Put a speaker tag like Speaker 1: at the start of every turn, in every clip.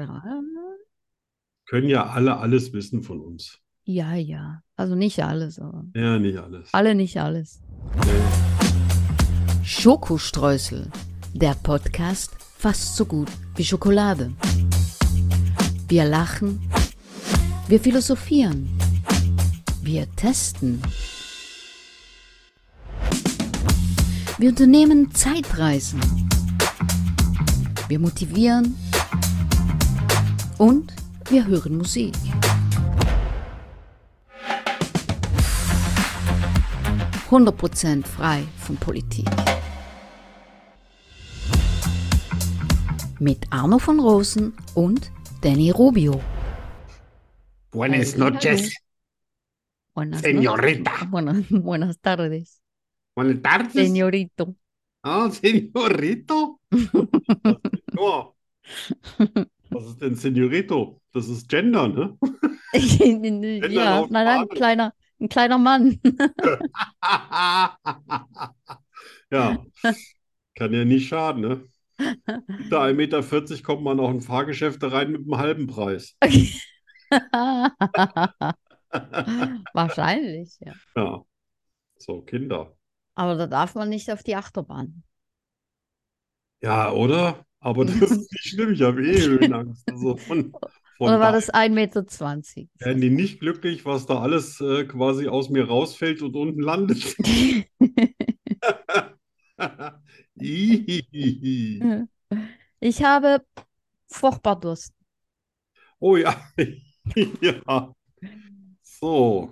Speaker 1: Gramm?
Speaker 2: Können ja alle alles wissen von uns.
Speaker 1: Ja, ja. Also nicht alles, aber
Speaker 2: Ja, nicht alles.
Speaker 1: alle nicht alles.
Speaker 2: Nee.
Speaker 1: Schokostreusel, der Podcast fast so gut wie Schokolade. Wir lachen, wir philosophieren, wir testen. Wir unternehmen Zeitreisen. Wir motivieren und wir hören Musik. Prozent frei von Politik. Mit Arno von Rosen und Danny Rubio.
Speaker 3: Buenas
Speaker 1: Hallo.
Speaker 3: noches,
Speaker 1: Buenas
Speaker 3: señorita.
Speaker 1: Buenas, buenas tardes,
Speaker 3: Buenas tardes.
Speaker 1: señorito.
Speaker 3: Ah, señorito.
Speaker 2: Ja. Was ist denn Senorito? Das ist Gender, ne?
Speaker 1: ja, nein,
Speaker 2: auf
Speaker 1: nein, ein
Speaker 2: Spanisch.
Speaker 1: kleiner, ein kleiner Mann.
Speaker 2: ja. Kann ja nicht schaden, ne? Da 1,40 Meter kommt man auch in Fahrgeschäfte rein mit einem halben Preis.
Speaker 1: Wahrscheinlich, ja.
Speaker 2: Ja. So, Kinder.
Speaker 1: Aber da darf man nicht auf die Achterbahn.
Speaker 2: Ja, oder? Aber das ist nicht schlimm. Ich habe eh Höhenangst. Also von, von
Speaker 1: Oder war
Speaker 2: daher
Speaker 1: das 1,20
Speaker 2: werden die nicht glücklich, was da alles äh, quasi aus mir rausfällt und unten landet.
Speaker 1: Meter?
Speaker 2: Ihihihi.
Speaker 1: Ich habe furchtbar Durst.
Speaker 2: Oh ja. Ja. So.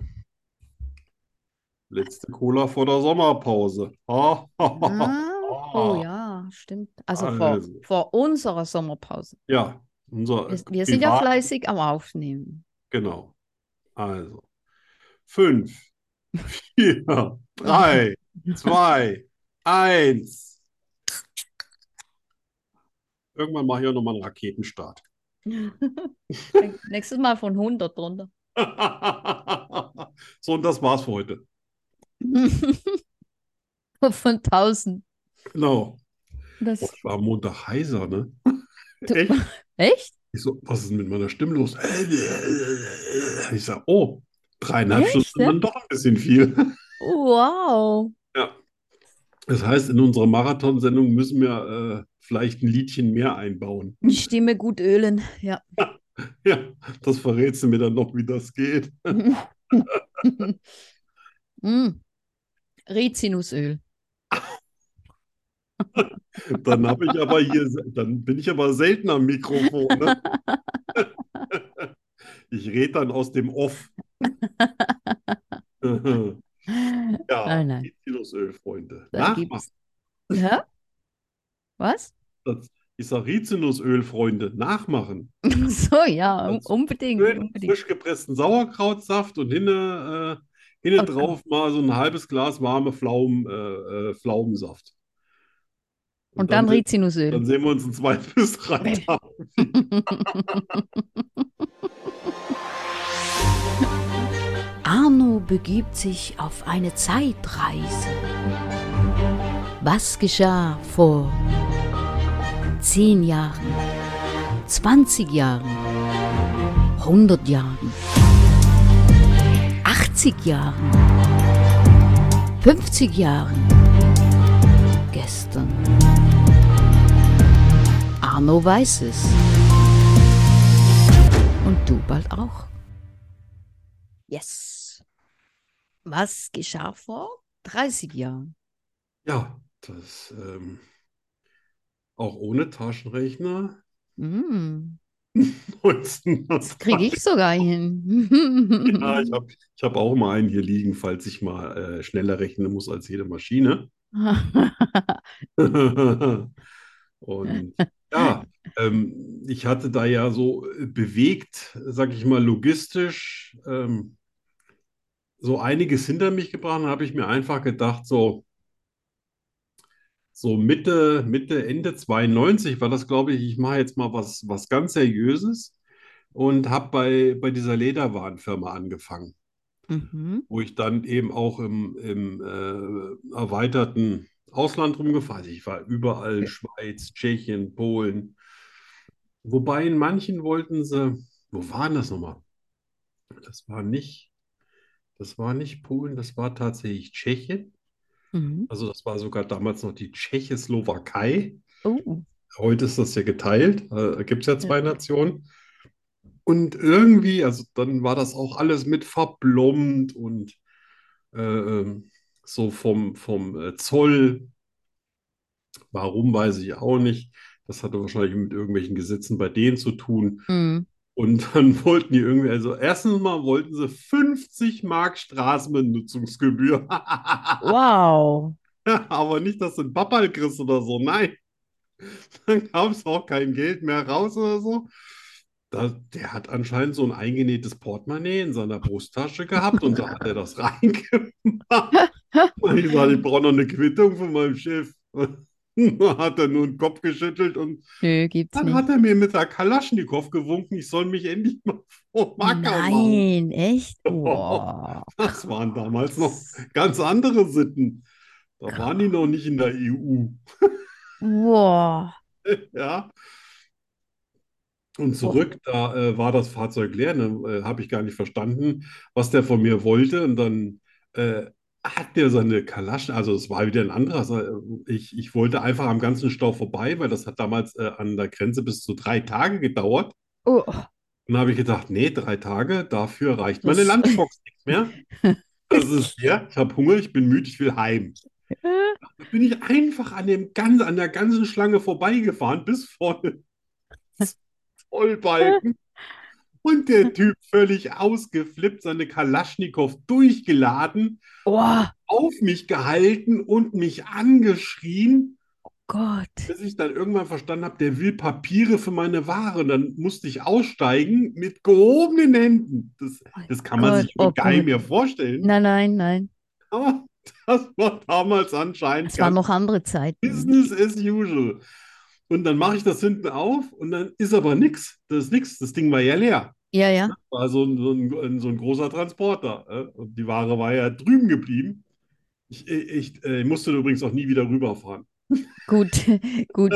Speaker 2: Letzte Cola vor der Sommerpause. Ha, ha, ha, ha.
Speaker 1: Ah, oh ja, stimmt. Also vor,
Speaker 2: Also.
Speaker 1: vor unserer Sommerpause.
Speaker 2: Ja, unser
Speaker 1: Wir, wir sind ja
Speaker 2: Privat-
Speaker 1: fleißig am Aufnehmen.
Speaker 2: Genau. Also. Fünf, vier, drei, zwei, eins. Irgendwann mache ich auch nochmal einen Raketenstart.
Speaker 1: Nächstes Mal von 100 runter.
Speaker 2: So, und das war's für heute.
Speaker 1: Von 1000.
Speaker 2: Genau.
Speaker 1: Das,
Speaker 2: Boah, ich war am Montag heiser, ne?
Speaker 1: Du-
Speaker 2: Echt?
Speaker 1: echt?
Speaker 2: Ich so, was ist denn mit meiner Stimme los? Ich sag, oh, dreieinhalb
Speaker 1: Echt,
Speaker 2: Stunden sind
Speaker 1: ja?
Speaker 2: dann doch ein bisschen viel.
Speaker 1: Wow.
Speaker 2: Das heißt, in unserer Marathonsendung müssen wir äh, vielleicht ein Liedchen mehr einbauen.
Speaker 1: Stimme gut ölen. Ja.
Speaker 2: Ja, das verrätst du mir dann noch, wie das geht.
Speaker 1: mm. Rizinusöl.
Speaker 2: Dann habe ich aber hier, dann bin ich aber selten am Mikrofon. Ne? Ich rede dann aus dem Off. Ja, Ah.
Speaker 1: Nein, Ah, nein.
Speaker 2: Rizinusöl, Freunde.
Speaker 1: Da
Speaker 2: Nachmachen.
Speaker 1: gibt's. Hä? Was?
Speaker 2: Das, ich sage Rizinusöl, Freunde, nachmachen.
Speaker 1: So, ja, un-
Speaker 2: Also,
Speaker 1: unbedingt,
Speaker 2: Schön
Speaker 1: Hm, unbedingt.
Speaker 2: frisch gepressten Sauerkrautsaft und hinne, äh, hinne
Speaker 1: Oh Gott.
Speaker 2: drauf mal so ein halbes Glas warme Pflaumen, äh, äh, Pflaumensaft. Und
Speaker 1: Und dann
Speaker 2: se-
Speaker 1: Rizinusöl.
Speaker 2: dann sehen wir uns in zwei bis drei Tagen.
Speaker 1: Arno begibt sich auf eine Zeitreise. Was geschah vor 10 Jahren, 20 Jahren, 100 Jahren, 80 Jahren, 50 Jahren, gestern? Arno weiß es. Und du bald auch. Yes. Was geschah vor 30 Jahren?
Speaker 2: Ja, das ähm, auch ohne Taschenrechner.
Speaker 1: Mm,
Speaker 3: Hm,
Speaker 2: 19.
Speaker 1: das kriege ich sogar hin.
Speaker 2: Ja, ich habe ich hab auch mal einen hier liegen, falls ich mal äh, schneller rechnen muss als jede Maschine. Und ja, ähm, ich hatte da ja so äh, bewegt, sag ich mal, logistisch ähm, so einiges hinter mich gebracht. Dann habe ich mir einfach gedacht, so, so Mitte, Mitte, Ende 92 war das, glaube ich, ich mache jetzt mal was, was ganz Seriöses und habe bei, bei dieser Lederwarenfirma angefangen
Speaker 1: mhm.
Speaker 2: wo ich dann eben auch im, im äh, erweiterten Ausland rumgefahren bin. Ich war überall, Schweiz, Tschechien, Polen, Wobei in manchen wollten sie, wo waren das nochmal? Das war nicht, das war nicht Polen, das war tatsächlich Tschechien.
Speaker 3: Mhm.
Speaker 2: Also das war sogar damals noch die Tschechoslowakei.
Speaker 3: Oh,
Speaker 2: Heute ist das ja geteilt, äh, gibt es ja zwei
Speaker 3: Ja.
Speaker 2: Nationen. Und irgendwie, also dann war das auch alles mit verblombt und äh, ähm, so vom, vom äh, Zoll. Warum, weiß ich auch nicht. Das hatte wahrscheinlich mit irgendwelchen Gesetzen bei denen zu tun.
Speaker 3: mhm.
Speaker 2: Und dann wollten die irgendwie, also erstens mal wollten sie 50 Mark Straßenbenutzungsgebühr.
Speaker 3: Wow.
Speaker 2: Aber nicht, dass du einen Papperl kriegst oder so, nein. Dann kam es auch kein Geld mehr raus oder so. Da, der hat anscheinend so ein eingenähtes Portemonnaie in seiner Brusttasche gehabt und da hat er das reingemacht. Und ich sage, ich brauche noch eine Quittung von meinem Chef. Da hat er nur den Kopf geschüttelt und
Speaker 3: Nö, gibt's
Speaker 1: Hm.
Speaker 2: dann
Speaker 3: nicht.
Speaker 2: hat er mir mit der Kalaschnikow gewunken, ich soll mich endlich mal vor Macau machen.
Speaker 3: Nein, echt?
Speaker 2: Boah.
Speaker 3: Boah.
Speaker 2: Das waren damals noch ganz andere Sitten. Da waren die noch nicht in der E EU.
Speaker 3: Boah.
Speaker 2: Ja. Und zurück, da äh, war das Fahrzeug leer, ne, äh, habe ich gar nicht verstanden, was der von mir wollte. Und dann äh, hat der seine Kalaschen, also es war wieder ein anderer. so, äh, Ich, ich wollte einfach am ganzen Stau vorbei, weil das hat damals äh, an der Grenze bis zu drei Tage gedauert.
Speaker 3: Oh.
Speaker 2: Und dann habe ich gedacht, nee, drei Tage, dafür reicht meine
Speaker 3: Das-
Speaker 2: Lunchbox nicht mehr. Das ist leer, ich habe Hunger, ich bin müde, ich will heim.
Speaker 3: Äh,
Speaker 2: bin ich einfach an dem ganzen, an der ganzen Schlange vorbeigefahren, bis vorne. Vollbalken. Und der Typ völlig ausgeflippt, seine Kalaschnikow durchgeladen,
Speaker 3: Oh
Speaker 2: auf mich gehalten und mich angeschrien,
Speaker 3: Gott.
Speaker 2: bis ich dann irgendwann verstanden habe, der will Papiere für meine Ware. Und dann musste ich aussteigen mit gehobenen Händen. Das, das kann man
Speaker 3: Oh Gott,
Speaker 2: sich heute
Speaker 3: oh
Speaker 2: gar nicht
Speaker 3: Gott.
Speaker 2: mehr vorstellen.
Speaker 3: Nein, nein, nein.
Speaker 2: Aber das war damals anscheinend
Speaker 3: Es waren noch andere Zeiten.
Speaker 2: Business as usual. Und dann mache ich das hinten auf und dann ist aber nichts. Das ist nichts. Das Ding war ja leer.
Speaker 3: Ja, ja.
Speaker 2: War so ein, so ein, so ein großer Transporter. äh, Und die Ware war ja drüben geblieben. Ich, ich, äh, musste übrigens auch nie wieder rüberfahren.
Speaker 3: Gut, gut.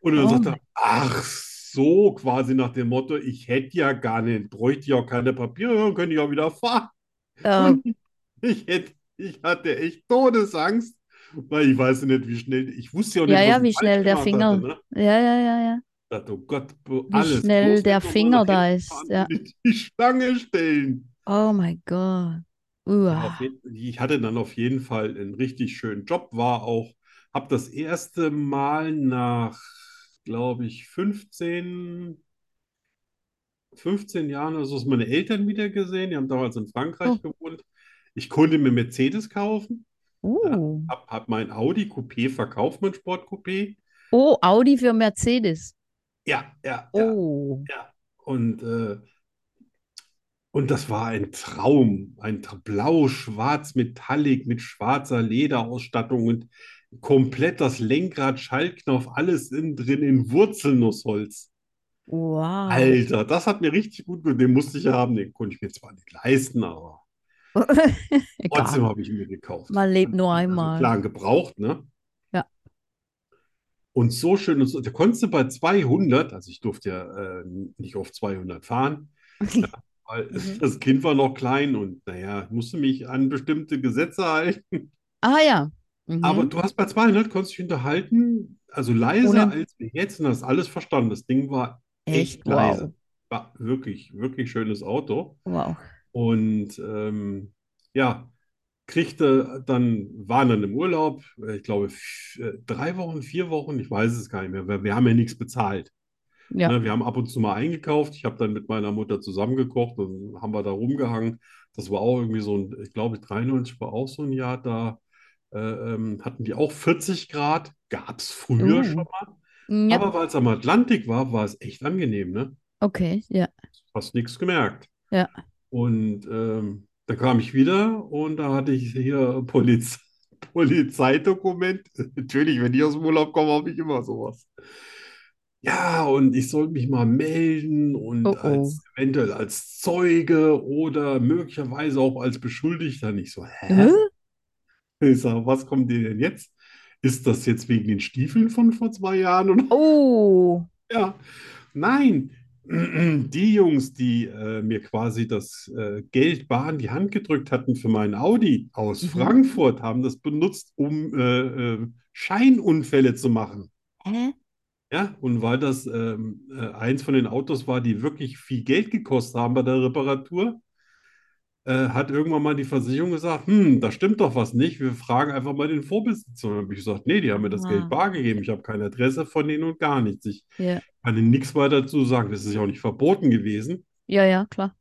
Speaker 2: Und dann
Speaker 3: Oh
Speaker 2: sagt er,
Speaker 3: mein-
Speaker 2: ach so, quasi nach dem Motto, ich hätte ja gar nicht, bräuchte ja auch keine Papiere, dann könnte ich auch wieder fahren.
Speaker 3: Oh,
Speaker 2: Und ich, hätte, ich hatte echt Todesangst, weil ich weiß nicht, wie schnell, ich wusste ja auch nicht,
Speaker 3: Ja,
Speaker 2: was
Speaker 3: ja,
Speaker 2: ich
Speaker 3: wie
Speaker 2: falsch
Speaker 3: schnell der
Speaker 2: gemacht
Speaker 3: Finger-
Speaker 2: hatte, ne?
Speaker 3: ja, ja, ja, ja.
Speaker 2: dachte, oh Gott, wo
Speaker 3: Wie
Speaker 2: alles.
Speaker 3: schnell
Speaker 2: bloß
Speaker 3: der
Speaker 2: nicht nochmal
Speaker 3: Finger
Speaker 2: nach
Speaker 3: da
Speaker 2: hinten
Speaker 3: ist,
Speaker 2: fahren
Speaker 3: ja.
Speaker 2: und in Die Schlange stellen.
Speaker 3: Oh mein Gott.
Speaker 2: Ja,
Speaker 3: Uah.
Speaker 2: auf jeden, ich hatte dann auf jeden Fall einen richtig schönen Job, war auch, habe das erste Mal nach, glaube ich, 15, 15 Jahren oder so, ist meine Eltern wieder gesehen. Die haben damals in Frankreich
Speaker 3: Oh.
Speaker 2: gewohnt. Ich konnte mir Mercedes kaufen,
Speaker 3: Uh.
Speaker 2: habe hab mein Audi Coupé verkauft, mein Sportcoupé.
Speaker 3: Oh, Audi für Mercedes.
Speaker 2: Ja, ja, ja,
Speaker 3: Oh.
Speaker 2: ja. Und äh, Und das war ein Traum, ein Tra- blau-schwarz-metallic mit schwarzer Lederausstattung und komplett das Lenkrad, Schaltknopf, alles innen drin in Wurzelnussholz.
Speaker 3: Wow.
Speaker 2: Alter, das hat mir richtig gut gefallen. Den musste ich ja haben, den konnte ich mir zwar nicht leisten, aber trotzdem
Speaker 3: Egal.
Speaker 2: habe ich ihn mir gekauft.
Speaker 3: Man lebt nur
Speaker 2: Also
Speaker 3: einmal.
Speaker 2: klar, gebraucht, ne?
Speaker 3: Ja.
Speaker 2: Und so schön, und so, da konntest du bei 200, also ich durfte ja äh, nicht auf 200 fahren, Weil
Speaker 3: Mhm.
Speaker 2: das Kind war noch klein und naja, musste mich an bestimmte Gesetze halten.
Speaker 3: Ah ja.
Speaker 2: Aber
Speaker 3: Mhm.
Speaker 2: du hast bei 200 konntest dich unterhalten, also leiser
Speaker 3: Ohne.
Speaker 2: als wir jetzt und hast alles verstanden. Das Ding war echt
Speaker 3: Echt,
Speaker 2: leise.
Speaker 3: wow.
Speaker 2: War wirklich, wirklich schönes Auto.
Speaker 3: Wow.
Speaker 2: Und ähm, ja, kriegte dann, waren dann im Urlaub, äh, ich glaube, f- äh, drei Wochen, vier Wochen, ich weiß es gar nicht mehr, weil wir haben ja nichts bezahlt.
Speaker 3: Ja.
Speaker 2: Ne, wir haben ab und zu mal eingekauft. Ich habe dann mit meiner Mutter zusammengekocht und haben wir da rumgehangen. Das war auch irgendwie so ein, ich glaube, 93 war auch so ein Jahr da. Äh, ähm, hatten die auch 40 Grad. Gab es früher schon
Speaker 3: Uh.
Speaker 2: mal.
Speaker 1: Mhm,
Speaker 3: Ja,
Speaker 2: Aber weil es am Atlantik war, war es echt angenehm, ne?
Speaker 3: okay. Ja.
Speaker 2: Fast nichts gemerkt.
Speaker 3: Ja.
Speaker 2: Und ähm, da kam ich wieder und da hatte ich hier Poliz Polizeidokument. Natürlich, wenn ich aus dem Urlaub komme, habe ich immer sowas. Ja, und ich soll mich mal melden und
Speaker 3: Oh oh.
Speaker 2: als eventuell als Zeuge oder möglicherweise auch als Beschuldigter. Nicht so, hä?
Speaker 3: Äh?
Speaker 2: Ich sage, was kommt dir denn jetzt? Ist das jetzt wegen den Stiefeln von vor zwei Jahren? Oder?
Speaker 1: Oh,
Speaker 2: Ja, nein. Die Jungs, die äh, mir quasi das äh, Geld bar in die Hand gedrückt hatten für meinen Audi aus
Speaker 1: Mhm.
Speaker 2: Frankfurt, haben das benutzt, um äh, äh, Scheinunfälle zu machen.
Speaker 1: hä?
Speaker 2: Ja, und weil das ähm, äh, eins von den Autos war, die wirklich viel Geld gekostet haben bei der Reparatur, äh, hat irgendwann mal die Versicherung gesagt, hm, da stimmt doch was nicht, wir fragen einfach mal den Vorbesitzer. Und dann habe ich gesagt, nee, die haben mir das Geld
Speaker 1: Ah.
Speaker 2: bar gegeben, ich habe keine Adresse von denen und gar nichts. Ich
Speaker 1: Ja,
Speaker 2: kann ihnen nichts weiter dazu sagen, das ist ja auch nicht verboten gewesen.
Speaker 1: ja, ja, klar.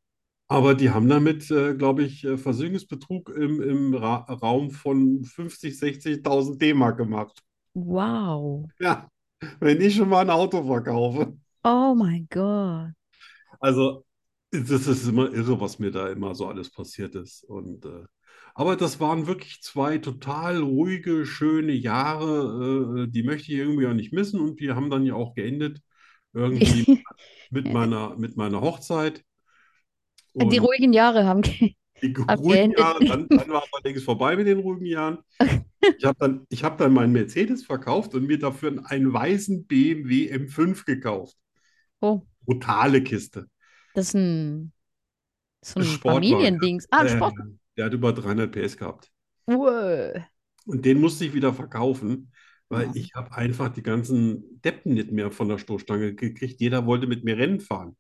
Speaker 2: Aber die haben damit, äh, glaube ich, äh, Versicherungsbetrug im, im Ra Raum von 50.000, 60.000 D-Mark gemacht.
Speaker 1: Wow.
Speaker 2: Ja, wenn ich schon mal ein Auto verkaufe.
Speaker 1: Oh mein Gott.
Speaker 2: Also, das ist immer irre, was mir da immer so alles passiert ist. Und, äh, aber das waren wirklich zwei total ruhige, schöne Jahre. Äh, die möchte ich irgendwie auch nicht missen. Und die haben dann ja auch geendet, irgendwie mit meiner, mit meiner Hochzeit.
Speaker 1: Die
Speaker 2: Und
Speaker 1: ruhigen Jahre haben. ge-
Speaker 2: die
Speaker 1: haben
Speaker 2: ruhigen
Speaker 1: geendet.
Speaker 2: Jahre, dann, dann war allerdings vorbei mit den ruhigen Jahren. Ich habe dann, ich hab dann meinen Mercedes verkauft und mir dafür einen weißen BMW M5 gekauft.
Speaker 1: Oh,
Speaker 2: Brutale Kiste.
Speaker 1: das ist ein, so ein
Speaker 2: Ein Sportwagen.
Speaker 1: Familiendings. Ah, ein
Speaker 2: Äh,
Speaker 1: Sport.
Speaker 2: der hat über 300 PS gehabt.
Speaker 1: Wow.
Speaker 2: Und den musste ich wieder verkaufen, weil
Speaker 1: Ja.
Speaker 2: ich habe einfach die ganzen Deppen nicht mehr von der Stoßstange gekriegt. Jeder wollte mit mir Rennen fahren.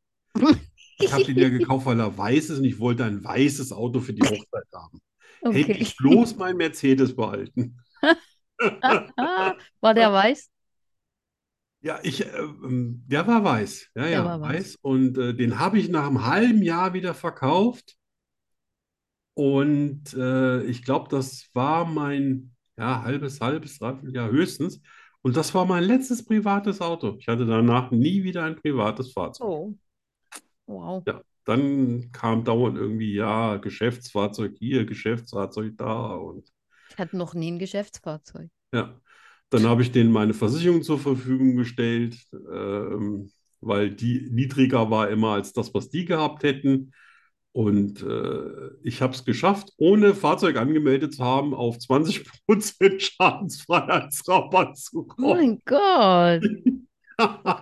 Speaker 2: Ich habe den ja gekauft, weil er weiß ist und ich wollte ein weißes Auto für die Hochzeit haben. Hätte
Speaker 1: Okay.
Speaker 2: ich bloß meinen Mercedes behalten.
Speaker 1: Ah, war der weiß?
Speaker 2: Ja, ich, äh, ähm, der war weiß. Ja,
Speaker 1: Der
Speaker 2: ja,
Speaker 1: war weiß.
Speaker 2: Und äh, den habe ich nach einem halben Jahr wieder verkauft. Und äh, ich glaube, das war mein, ja, halbes, halbes, dreiviertel Jahr höchstens. Und das war mein letztes privates Auto. Ich hatte danach nie wieder ein privates Fahrzeug.
Speaker 1: Oh. Wow.
Speaker 2: Ja, dann kam dauernd irgendwie, ja, Geschäftsfahrzeug hier, Geschäftsfahrzeug da. Und
Speaker 1: Ich hatte noch nie ein Geschäftsfahrzeug.
Speaker 2: ja, dann habe ich denen meine Versicherung zur Verfügung gestellt, ähm, weil die niedriger war immer als das, was die gehabt hätten. Und äh, ich habe es geschafft, ohne Fahrzeug angemeldet zu haben, auf 20% Schadensfreiheitsrabatt zu
Speaker 1: Oh
Speaker 2: kommen.
Speaker 1: mein Gott.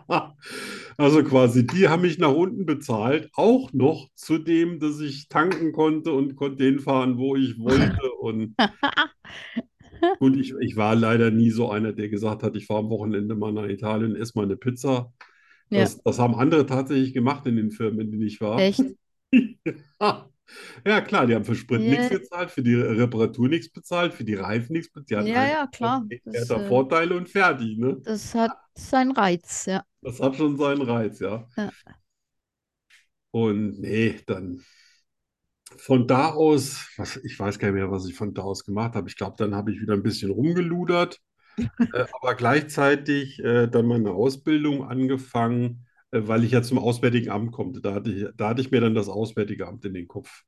Speaker 2: Also quasi, die haben mich nach unten bezahlt, auch noch zu dem, dass ich tanken konnte und konnte hinfahren, wo ich wollte. Und Gut, ich, ich war leider nie so einer, der gesagt hat, ich fahre am Wochenende mal nach Italien, esse mal eine Pizza.
Speaker 1: Ja.
Speaker 2: Das, das haben andere tatsächlich gemacht in den Firmen, in denen ich war.
Speaker 1: Echt?
Speaker 2: Ah, ja, klar, die haben für Sprit
Speaker 1: Ja.
Speaker 2: nichts bezahlt, für die Reparatur nichts bezahlt, für die Reifen nichts bezahlt. Die hatten
Speaker 1: Ja, ja,
Speaker 2: einfach
Speaker 1: klar.
Speaker 2: nur
Speaker 1: Das,
Speaker 2: Wert der
Speaker 1: äh,
Speaker 2: Vorteile und fertig, ne?
Speaker 1: Das hat seinen Reiz, ja.
Speaker 2: Das hat schon seinen Reiz, ja.
Speaker 1: Ja.
Speaker 2: Und nee, dann von da aus, was, ich weiß gar nicht mehr, was ich von da aus gemacht habe. Ich glaube, dann habe ich wieder ein bisschen rumgeludert. Äh, aber gleichzeitig äh, dann meine Ausbildung angefangen, äh, weil ich ja zum Auswärtigen Amt konnte. Da hatte ich, da hatte ich mir dann das Auswärtige Amt in den Kopf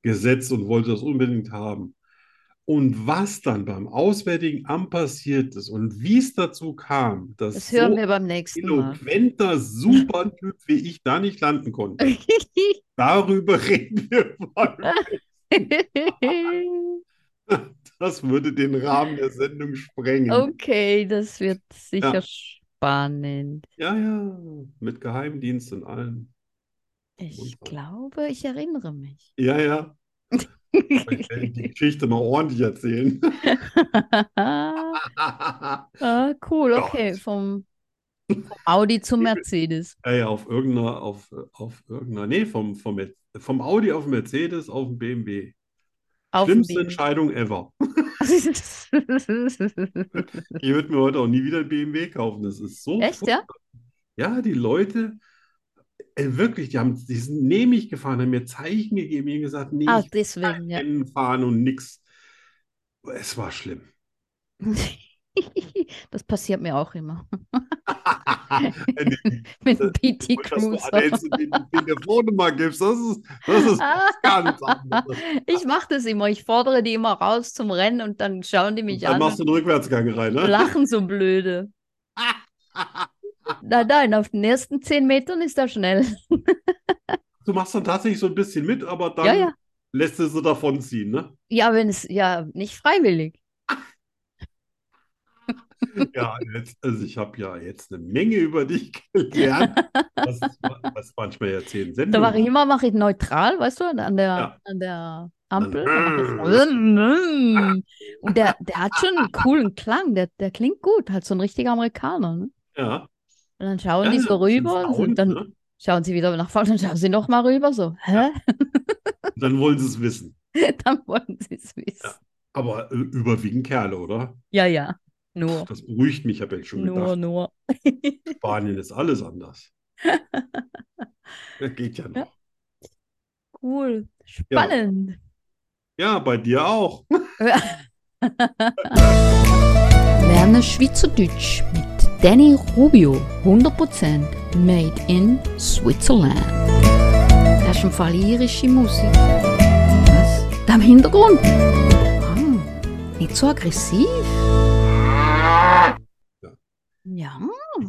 Speaker 2: gesetzt und wollte das unbedingt haben. Und was dann beim Auswärtigen Amt passiert ist und wie es dazu kam, dass
Speaker 1: Das
Speaker 2: so
Speaker 1: hören
Speaker 2: ein
Speaker 1: wir beim nächsten Mal.
Speaker 2: eloquenter Supertyp wie ich da nicht landen konnte, darüber reden wir mal. Das würde den Rahmen der Sendung
Speaker 1: Oh.
Speaker 2: sprengen.
Speaker 1: Okay, das wird sicher
Speaker 2: Ja.
Speaker 1: spannend.
Speaker 2: Ja, ja, mit Geheimdienst und allem.
Speaker 1: Ich
Speaker 2: Wunderbar.
Speaker 1: glaube, ich erinnere mich.
Speaker 2: Ja, ja. Ich werde die Geschichte mal ordentlich erzählen.
Speaker 1: ah, cool,
Speaker 2: Ja.
Speaker 1: okay. Vom, vom Audi zum Mercedes.
Speaker 2: Ja, ja, auf irgendeiner, auf, auf irgendeiner, nee, vom, vom, Mer- vom Audi auf den Mercedes, auf den BMW.
Speaker 1: Auf dem
Speaker 2: Schlimmste Entscheidung ever.
Speaker 1: Weg.
Speaker 2: Ich würde mir heute auch nie wieder einen BMW kaufen. Das ist so.
Speaker 1: Echt, ja?
Speaker 2: Ja, die Leute, äh, wirklich, die haben, die sind neben mich gefahren, haben mir Zeichen gegeben, mir gesagt, nee,
Speaker 1: Ah,
Speaker 2: ich
Speaker 1: deswegen, ja.
Speaker 2: kann fahren und nix. Es war schlimm.
Speaker 1: Das passiert mir auch immer.
Speaker 2: Nee,
Speaker 1: Mit
Speaker 2: Das-
Speaker 1: dem PT
Speaker 2: dass du
Speaker 1: Cruiser.
Speaker 2: Annette die Telefonnummer gibst, das ist, ah, das ist
Speaker 1: Ah.
Speaker 2: was ganz anderes.
Speaker 1: Ich mache das immer. Ich fordere die immer raus zum Rennen und dann schauen die
Speaker 2: Und
Speaker 1: mich
Speaker 2: dann
Speaker 1: an
Speaker 2: machst du
Speaker 1: und
Speaker 2: einen Rückwärtsgang rein, ne?
Speaker 1: lachen so blöde. Nein, nein, auf den ersten zehn Metern ist er schnell.
Speaker 2: Du machst dann tatsächlich so ein bisschen mit, aber dann
Speaker 1: Ja, ja.
Speaker 2: lässt du sie davonziehen, ne?
Speaker 1: Ja, wenn es, ja, nicht freiwillig.
Speaker 2: Ja, jetzt, also ich habe ja jetzt eine Menge über dich gelernt, was, was manchmal ja zehn
Speaker 1: Da mache ich
Speaker 2: Sendungen.
Speaker 1: immer mache ich neutral, weißt du, an der,
Speaker 2: Ja.
Speaker 1: an der Ampel. Da mach ich so, Und der, der hat schon einen coolen Klang, der, der klingt gut, halt so ein richtiger Amerikaner. Ne?
Speaker 2: Ja,
Speaker 1: Und dann schauen
Speaker 2: ja,
Speaker 1: die so
Speaker 2: das sind
Speaker 1: rüber und
Speaker 2: Frauen,
Speaker 1: dann
Speaker 2: ne?
Speaker 1: schauen sie wieder nach vorne, dann schauen sie nochmal rüber, so, hä?
Speaker 2: Dann wollen sie es wissen.
Speaker 1: Dann wollen sie es wissen.
Speaker 2: Aber äh, überwiegend Kerle, oder?
Speaker 1: Ja, ja. Nur,
Speaker 2: Das beruhigt mich, habe jetzt schon
Speaker 1: nur,
Speaker 2: gedacht.
Speaker 1: nur.
Speaker 2: Spanien ist alles anders. Das geht ja noch.
Speaker 1: Cool.
Speaker 2: Ja.
Speaker 1: Spannend.
Speaker 2: Ja, bei dir auch.
Speaker 1: Lerne Schweizerdeutsch mit Danny Rubio. 100% made in Switzerland. Das ist im Fall irische Musik. Was? Da im Hintergrund. Ah, nicht so aggressiv.
Speaker 2: Ja.
Speaker 1: Ja.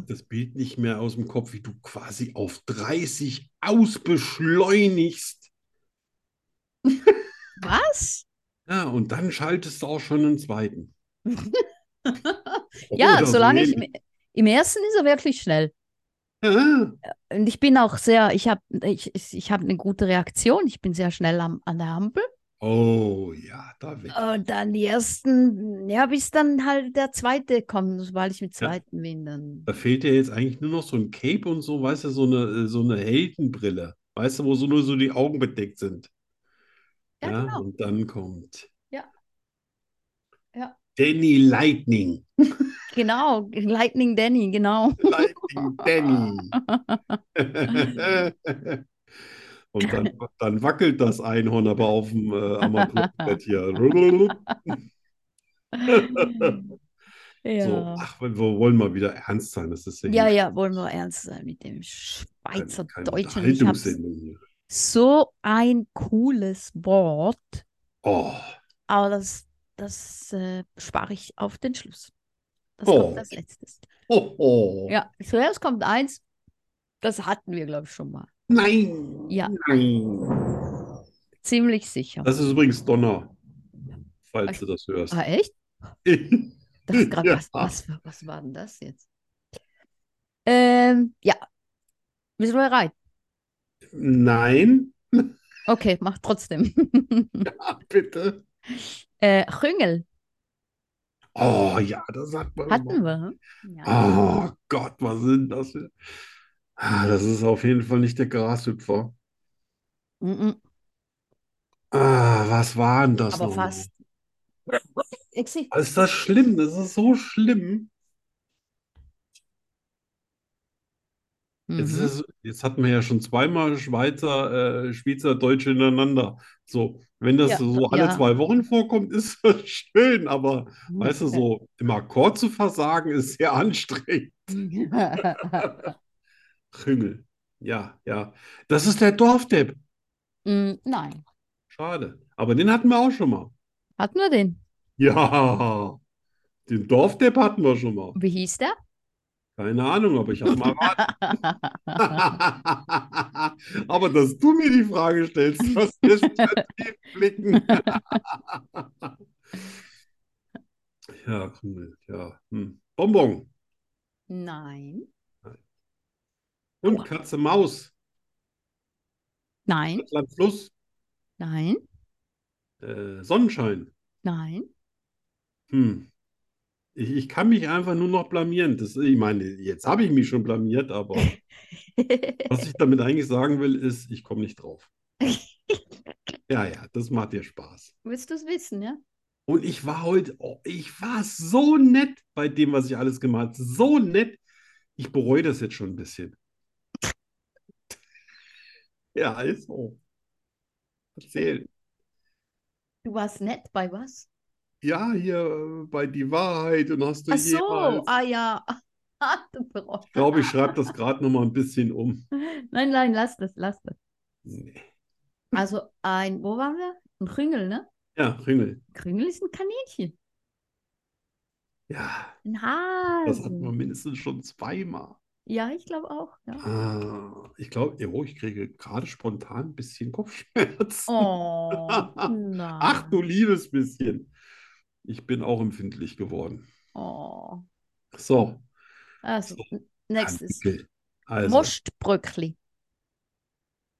Speaker 2: das Bild nicht mehr aus dem Kopf, wie du quasi auf 30 ausbeschleunigst.
Speaker 1: Was?
Speaker 2: Ja, und dann schaltest du auch schon einen zweiten.
Speaker 1: Ja,
Speaker 2: Oder so
Speaker 1: solange ich
Speaker 2: ähnlich.
Speaker 1: im, im ersten ist er wirklich schnell.
Speaker 2: Ja,
Speaker 1: Und ich bin auch sehr, ich habe ich, ich, ich hab eine gute Reaktion. Ich bin sehr schnell am, an der Ampel.
Speaker 2: Oh ja, da weg.
Speaker 1: Und dann die ersten, ja, bis dann halt der zweite kommt, sobald ich mit
Speaker 2: Ja.
Speaker 1: zweiten bin, dann.
Speaker 2: Da fehlt dir jetzt eigentlich nur noch so ein Cape und so, weißt du, so eine, äh, so eine Heldenbrille. Weißt du, wo so nur so die Augen bedeckt sind.
Speaker 1: Ja, genau.
Speaker 2: und dann kommt
Speaker 1: Ja. Ja.
Speaker 2: Danny Lightning.
Speaker 1: Genau, Lightning Danny, genau.
Speaker 2: Lightning Danny. Und dann, dann wackelt das Einhorn aber auf dem äh, Armaturenbrett hier.
Speaker 1: ja.
Speaker 2: So, ach, wir wir wollen mal wieder ernst sein. Das ist ja
Speaker 1: ja,
Speaker 2: hier
Speaker 1: ja, wollen wir ernst sein mit dem
Speaker 2: keine, keine
Speaker 1: Schweizerdeutschen. Ich habe
Speaker 2: Unterhaltungssendung hier.
Speaker 1: so ein cooles Wort.
Speaker 2: Oh,
Speaker 1: Aber das, das äh, spare ich auf den Schluss. Das
Speaker 2: Oh.
Speaker 1: kommt als letztes.
Speaker 2: oh, oh.
Speaker 1: Ja, zuerst kommt eins. Das hatten wir, glaube ich, schon mal.
Speaker 4: Nein.
Speaker 1: Ja.
Speaker 4: Nein.
Speaker 1: Ziemlich sicher.
Speaker 2: Das ist übrigens Donner, falls du das hörst.
Speaker 1: ah, echt? Das ist grad,
Speaker 2: Ja.
Speaker 1: was, was, was war denn das jetzt? Ähm, ja. Bist du bereit?
Speaker 2: Nein,
Speaker 1: Okay, mach trotzdem.
Speaker 2: ja, bitte.
Speaker 1: äh, Chüngel
Speaker 2: Oh ja, das sagt man.
Speaker 1: hatten wir. hm? Ja.
Speaker 2: Oh Gott, was sind das für... Ah, das ist auf jeden Fall nicht der Grashüpfer.
Speaker 1: Mhm,
Speaker 2: Ah, was war denn das
Speaker 1: aber
Speaker 2: nochmal?
Speaker 1: fast. Exi-
Speaker 2: Ist das schlimm? Das ist so schlimm. Jetzt,
Speaker 1: Mhm.
Speaker 2: ist, jetzt hatten wir ja schon zweimal Schweizer, äh, Schweizerdeutsche ineinander. So, wenn das
Speaker 1: Ja,
Speaker 2: so alle
Speaker 1: ja.
Speaker 2: zwei Wochen vorkommt, ist das schön, aber weißt du,
Speaker 1: Okay.
Speaker 2: so im Akkord zu versagen, ist sehr anstrengend. Krüngel. Ja, ja. Das ist der Dorfdepp.
Speaker 1: Mm, Nein.
Speaker 2: Schade. Aber den hatten wir auch schon mal.
Speaker 1: Hatten wir den?
Speaker 2: Ja, den Dorfdepp hatten wir schon mal.
Speaker 1: Wie hieß der?
Speaker 2: Keine Ahnung, aber ich habe mal erraten. Aber dass du mir die Frage stellst, das ist tief blicken. Ja, cool, ja. Hm. Bonbon
Speaker 1: Nein.
Speaker 2: und Katze Maus,
Speaker 1: Nein,
Speaker 2: Stadtland Fluss,
Speaker 1: nein,
Speaker 2: äh, Sonnenschein.
Speaker 1: nein.
Speaker 2: Hm. Ich, ich kann mich einfach nur noch blamieren. Das, ich meine, jetzt habe ich mich schon blamiert, aber was ich damit eigentlich sagen will, ist, ich komme nicht drauf. Ja, ja, das macht dir Spaß.
Speaker 1: Willst du es wissen, ja?
Speaker 2: Und ich war heute, oh, ich war so nett bei dem, was ich alles gemacht habe. So nett. Ich bereue das jetzt schon ein bisschen. Ja, also. Erzähl.
Speaker 1: Du warst nett bei was?
Speaker 2: Ja, hier äh, bei Die Wahrheit und hast du
Speaker 1: Ach so,
Speaker 2: jemals.
Speaker 1: ah ja. Ah, du Bro.
Speaker 2: Ich glaube, ich schreibe das gerade noch mal ein bisschen um.
Speaker 1: Nein, nein, lass das, lass das.
Speaker 2: Nee.
Speaker 1: Also ein, wo waren wir? Ein Krüngel, ne?
Speaker 2: Ja, Ringel.
Speaker 1: Krüngel ist ein Kaninchen.
Speaker 2: Ja,
Speaker 1: Ein
Speaker 2: das hatten wir
Speaker 1: Hasen.
Speaker 2: mindestens schon zweimal.
Speaker 1: Ja, ich glaube auch. Ja.
Speaker 2: Ah, ich glaube, oh, ich kriege gerade spontan ein bisschen Kopfschmerzen.
Speaker 1: Oh, nein.
Speaker 2: Ach du liebes bisschen. Ich bin auch empfindlich geworden.
Speaker 1: Oh.
Speaker 2: So,
Speaker 3: Also, nächstes.
Speaker 2: Artikel. Also,
Speaker 3: Mostbröckli.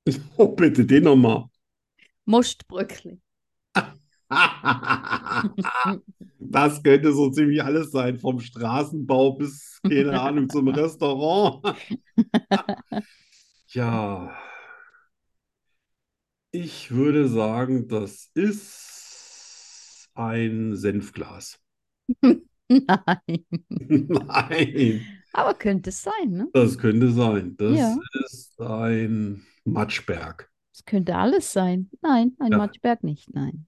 Speaker 2: oh, bitte den nochmal.
Speaker 3: Mostbröckli.
Speaker 2: Das könnte so ziemlich alles sein, vom Straßenbau bis, keine Ahnung, zum Restaurant. Ja, ich würde sagen, das ist ein Senfglas.
Speaker 3: Nein.
Speaker 2: Nein,
Speaker 3: Aber könnte es sein, ne?
Speaker 2: das könnte sein. Das
Speaker 3: Ja.
Speaker 2: ist ein Matschberg.
Speaker 3: Es könnte alles sein. Nein, ein
Speaker 2: Ja.
Speaker 3: Matschberg nicht. Nein.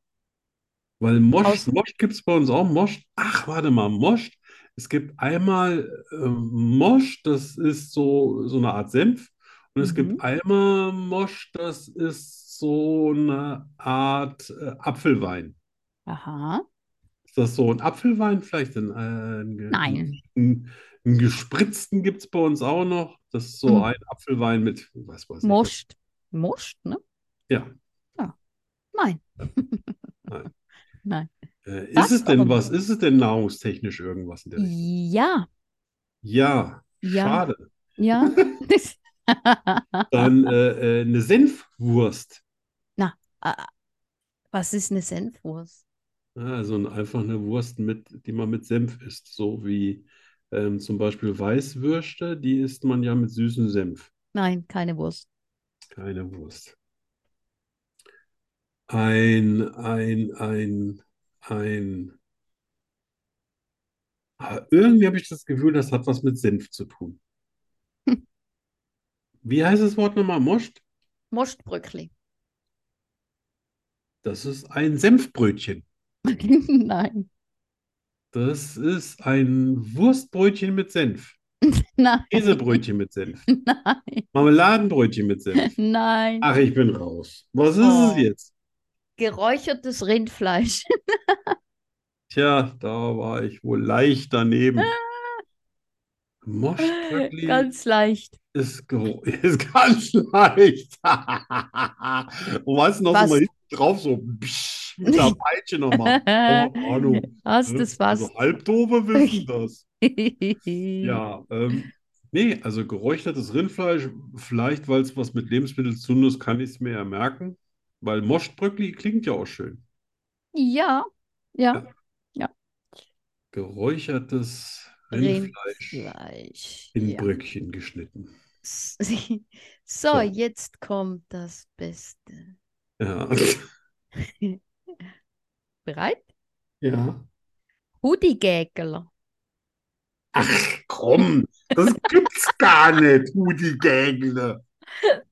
Speaker 2: Weil Mosch,
Speaker 3: Aus-
Speaker 2: Mosch gibt es bei uns auch. Mosch, ach, warte mal, Mosch. Es gibt einmal äh, Mosch, das ist so, so eine Art Senf. Und es gibt
Speaker 3: Mhm.
Speaker 2: einmal Mosch, das ist so eine Art äh, Apfelwein.
Speaker 3: Aha.
Speaker 2: Ist das so ein Apfelwein vielleicht? Ein, äh, ein, ge-
Speaker 3: Nein.
Speaker 2: Ein, ein gespritzten gibt es bei uns auch noch. Das ist so
Speaker 3: Mhm.
Speaker 2: ein Apfelwein mit, was weiß ich.
Speaker 3: Most. Most, ne?
Speaker 2: Ja.
Speaker 3: Ja. Nein.
Speaker 2: Nein.
Speaker 3: Nein.
Speaker 2: Äh, ist
Speaker 3: Das
Speaker 2: es denn
Speaker 3: aber-
Speaker 2: was? Ist es denn nahrungstechnisch irgendwas in der Richtung?
Speaker 3: Ja.
Speaker 2: Ja,
Speaker 3: Ja.
Speaker 2: schade.
Speaker 3: Ja. Das-
Speaker 2: Dann äh, äh, eine Senfwurst.
Speaker 3: Ah, Was ist eine Senfwurst?
Speaker 2: Ja, Also ein- einfach eine Wurst, mit, die man mit Senf isst. So wie ähm, zum Beispiel Weißwürste, die isst man ja mit süßem Senf.
Speaker 3: Nein, keine Wurst.
Speaker 2: Keine Wurst. Ein, ein, ein, ein. Ah, Irgendwie habe ich das Gefühl, das hat was mit Senf zu tun.
Speaker 3: Hm.
Speaker 2: Wie heißt das Wort nochmal? Moscht?
Speaker 3: Mostbröckli.
Speaker 2: Das ist ein Senfbrötchen.
Speaker 3: Nein.
Speaker 2: Das ist ein Wurstbrötchen mit Senf.
Speaker 3: Nein.
Speaker 2: Käsebrötchen mit Senf.
Speaker 3: Nein.
Speaker 2: Marmeladenbrötchen mit Senf.
Speaker 3: Nein.
Speaker 2: Ach, ich bin raus. Was ist
Speaker 3: Oh.
Speaker 2: es jetzt?
Speaker 3: Geräuchertes Rindfleisch.
Speaker 2: Tja, da war ich wohl leicht daneben. Moschbröckli
Speaker 3: Ah. Ganz leicht.
Speaker 2: ist, gro- ist ganz leicht. Und weißt du, noch so
Speaker 3: Fast.
Speaker 2: mal hinten drauf, so psch, mit der Peitsche Oh, nochmal. Keine Ahnung.
Speaker 3: Hast es was?
Speaker 2: So Halbdoofe wissen das.
Speaker 3: Ja.
Speaker 2: Also, Ja, ähm, nee, also geräuchertes Rindfleisch, vielleicht, weil es was mit Lebensmitteln zu tun ist, kann ich es mir ja merken. Weil Moschbröckli klingt ja auch schön.
Speaker 3: Ja. Ja.
Speaker 2: Geräuchertes Rindfleisch
Speaker 3: Rindfleisch.
Speaker 2: in
Speaker 3: Ja.
Speaker 2: Bröckchen geschnitten.
Speaker 3: So, jetzt kommt das Beste.
Speaker 2: Ja.
Speaker 3: Bereit?
Speaker 2: Ja.
Speaker 3: Hoodie-Gäkeler.
Speaker 2: Ach komm, das gibt's gar nicht, Rudi Gägle.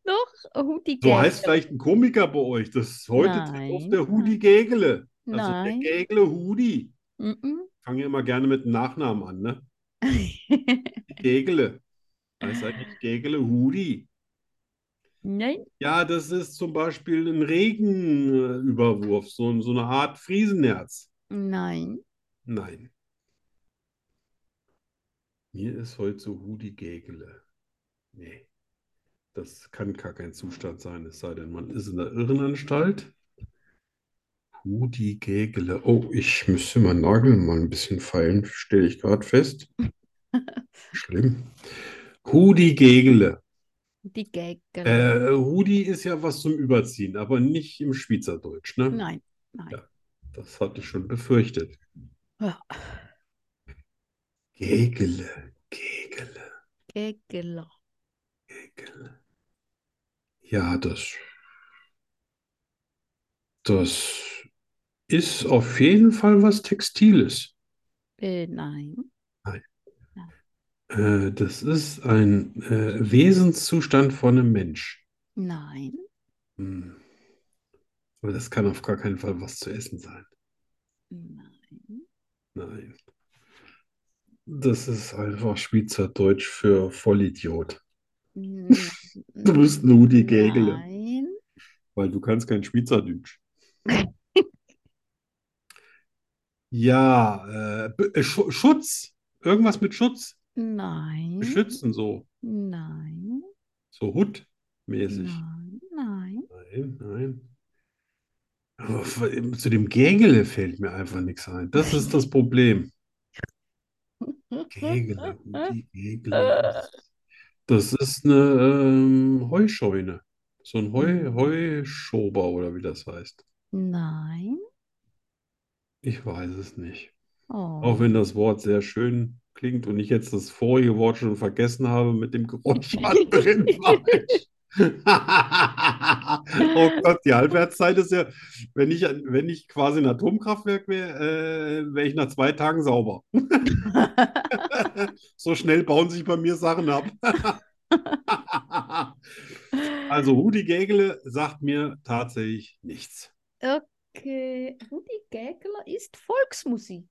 Speaker 3: Doch,
Speaker 2: So
Speaker 3: Hoodie-Gäkeler.
Speaker 2: heißt vielleicht ein Komiker bei euch. Das ist heute tritt auf
Speaker 3: Nein.
Speaker 2: der Rudi Gägle. Also der
Speaker 3: Nein.
Speaker 2: Gägle Rudi.
Speaker 3: Mhm.
Speaker 2: Fangen ja immer gerne mit dem Nachnamen an, ne? Gegele. Heißt eigentlich Gegele halt Hudi.
Speaker 3: Nein.
Speaker 2: Ja, das ist zum Beispiel ein Regenüberwurf, so, ein- so eine Art Friesenherz.
Speaker 3: Nein.
Speaker 2: Nein. Mir ist heute so Hudi Gegele. Nee. Das kann gar kein Zustand sein, es sei denn, man ist in der Irrenanstalt. Hudi Gegele. Oh, ich müsste meinen Nagel mal ein bisschen feilen, stelle ich gerade fest. Schlimm. Hudi Gegele.
Speaker 3: Hoodie-Gäkeler.
Speaker 2: Äh, Rudi ist ja was zum Überziehen, aber nicht im Schweizerdeutsch, ne?
Speaker 3: Nein. Nein.
Speaker 2: Ja. Das hatte ich schon befürchtet.
Speaker 3: Ja.
Speaker 2: Gegele, Gegele,
Speaker 3: Gäkeler.
Speaker 2: Gegele. Ja, das, das ist auf jeden Fall was Textiles.
Speaker 3: Äh, nein.
Speaker 2: Äh, das ist ein äh, Wesenszustand von einem Mensch.
Speaker 3: Nein.
Speaker 2: Hm. Aber das kann auf gar keinen Fall was zu essen sein.
Speaker 3: Nein.
Speaker 2: Nein. Das ist einfach Schweizerdeutsch für Vollidiot. Du bist ein Rudi Gägele.
Speaker 3: Nein.
Speaker 2: Weil du kannst kein Schweizerdeutsch. Ja, äh, B- äh, Schu- Schutz. Irgendwas mit Schutz.
Speaker 1: Hm?
Speaker 3: Nein.
Speaker 2: Beschützen so.
Speaker 3: Nein.
Speaker 2: So Hut-mäßig.
Speaker 3: Nein. Nein.
Speaker 2: Nein, nein. Aber f- zu dem Gägele fällt mir einfach nichts ein. Das ist das Problem. Egele, die Egele. Das ist eine ähm, Heuscheune. So ein Heu, Heuschober oder wie das heißt.
Speaker 3: Nein.
Speaker 2: Ich weiß es nicht. Auch
Speaker 3: Oh.
Speaker 2: wenn das Wort sehr schön klingt und ich jetzt das vorige Wort schon vergessen habe mit dem Geräusch an Rindfleisch. Oh Gott, die Halbwertszeit ist ja, wenn ich, wenn ich quasi ein Atomkraftwerk wäre, äh, wäre ich nach zwei Tagen sauber. So schnell bauen sich bei mir Sachen ab. Also Rudi Gägele sagt mir tatsächlich nichts.
Speaker 1: Okay, Rudi Gägler ist Volksmusik.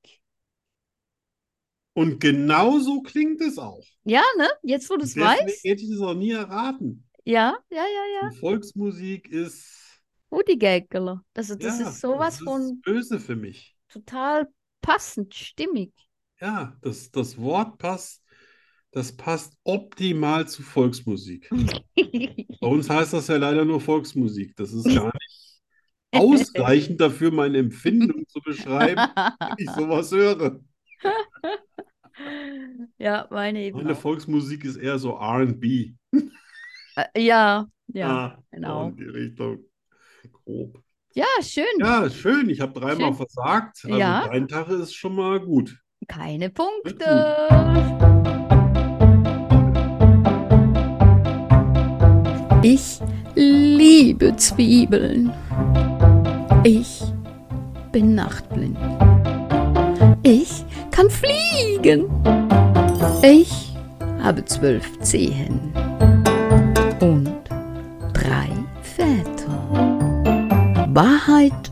Speaker 2: Und genau so klingt es auch.
Speaker 1: Ja, ne? Jetzt, wo du es
Speaker 2: Deswegen
Speaker 1: weißt.
Speaker 2: hätte ich es auch nie erraten.
Speaker 1: Ja, ja, ja, ja.
Speaker 2: Und Volksmusik ist,
Speaker 1: Rudi Gägler. Also, das
Speaker 2: ja,
Speaker 1: ist sowas
Speaker 2: das ist
Speaker 1: von
Speaker 2: böse für mich.
Speaker 1: total passend, stimmig.
Speaker 2: Ja, das, das Wort passt, das passt optimal zu Volksmusik. Bei uns heißt das ja leider nur Volksmusik. Das ist gar nicht ausreichend dafür, meine Empfindung zu beschreiben, wenn ich sowas höre.
Speaker 1: Ja, meine eben
Speaker 2: Meine
Speaker 1: auch.
Speaker 2: Volksmusik ist eher so R&B.
Speaker 1: Äh, ja, ja,
Speaker 2: Ah, so
Speaker 1: genau.
Speaker 2: in die Richtung. Grob.
Speaker 1: Ja, schön.
Speaker 2: Ja, schön. Ich habe dreimal
Speaker 1: Schön.
Speaker 2: versagt. Also
Speaker 1: Ja.
Speaker 2: dein Tag ist schon mal gut.
Speaker 1: Keine
Speaker 2: gut. Hm,
Speaker 1: Punkte.
Speaker 3: Ich liebe Zwiebeln. Ich bin nachtblind. Ich kann fliegen. Ich habe zwölf Zehen und drei Väter. Wahrheit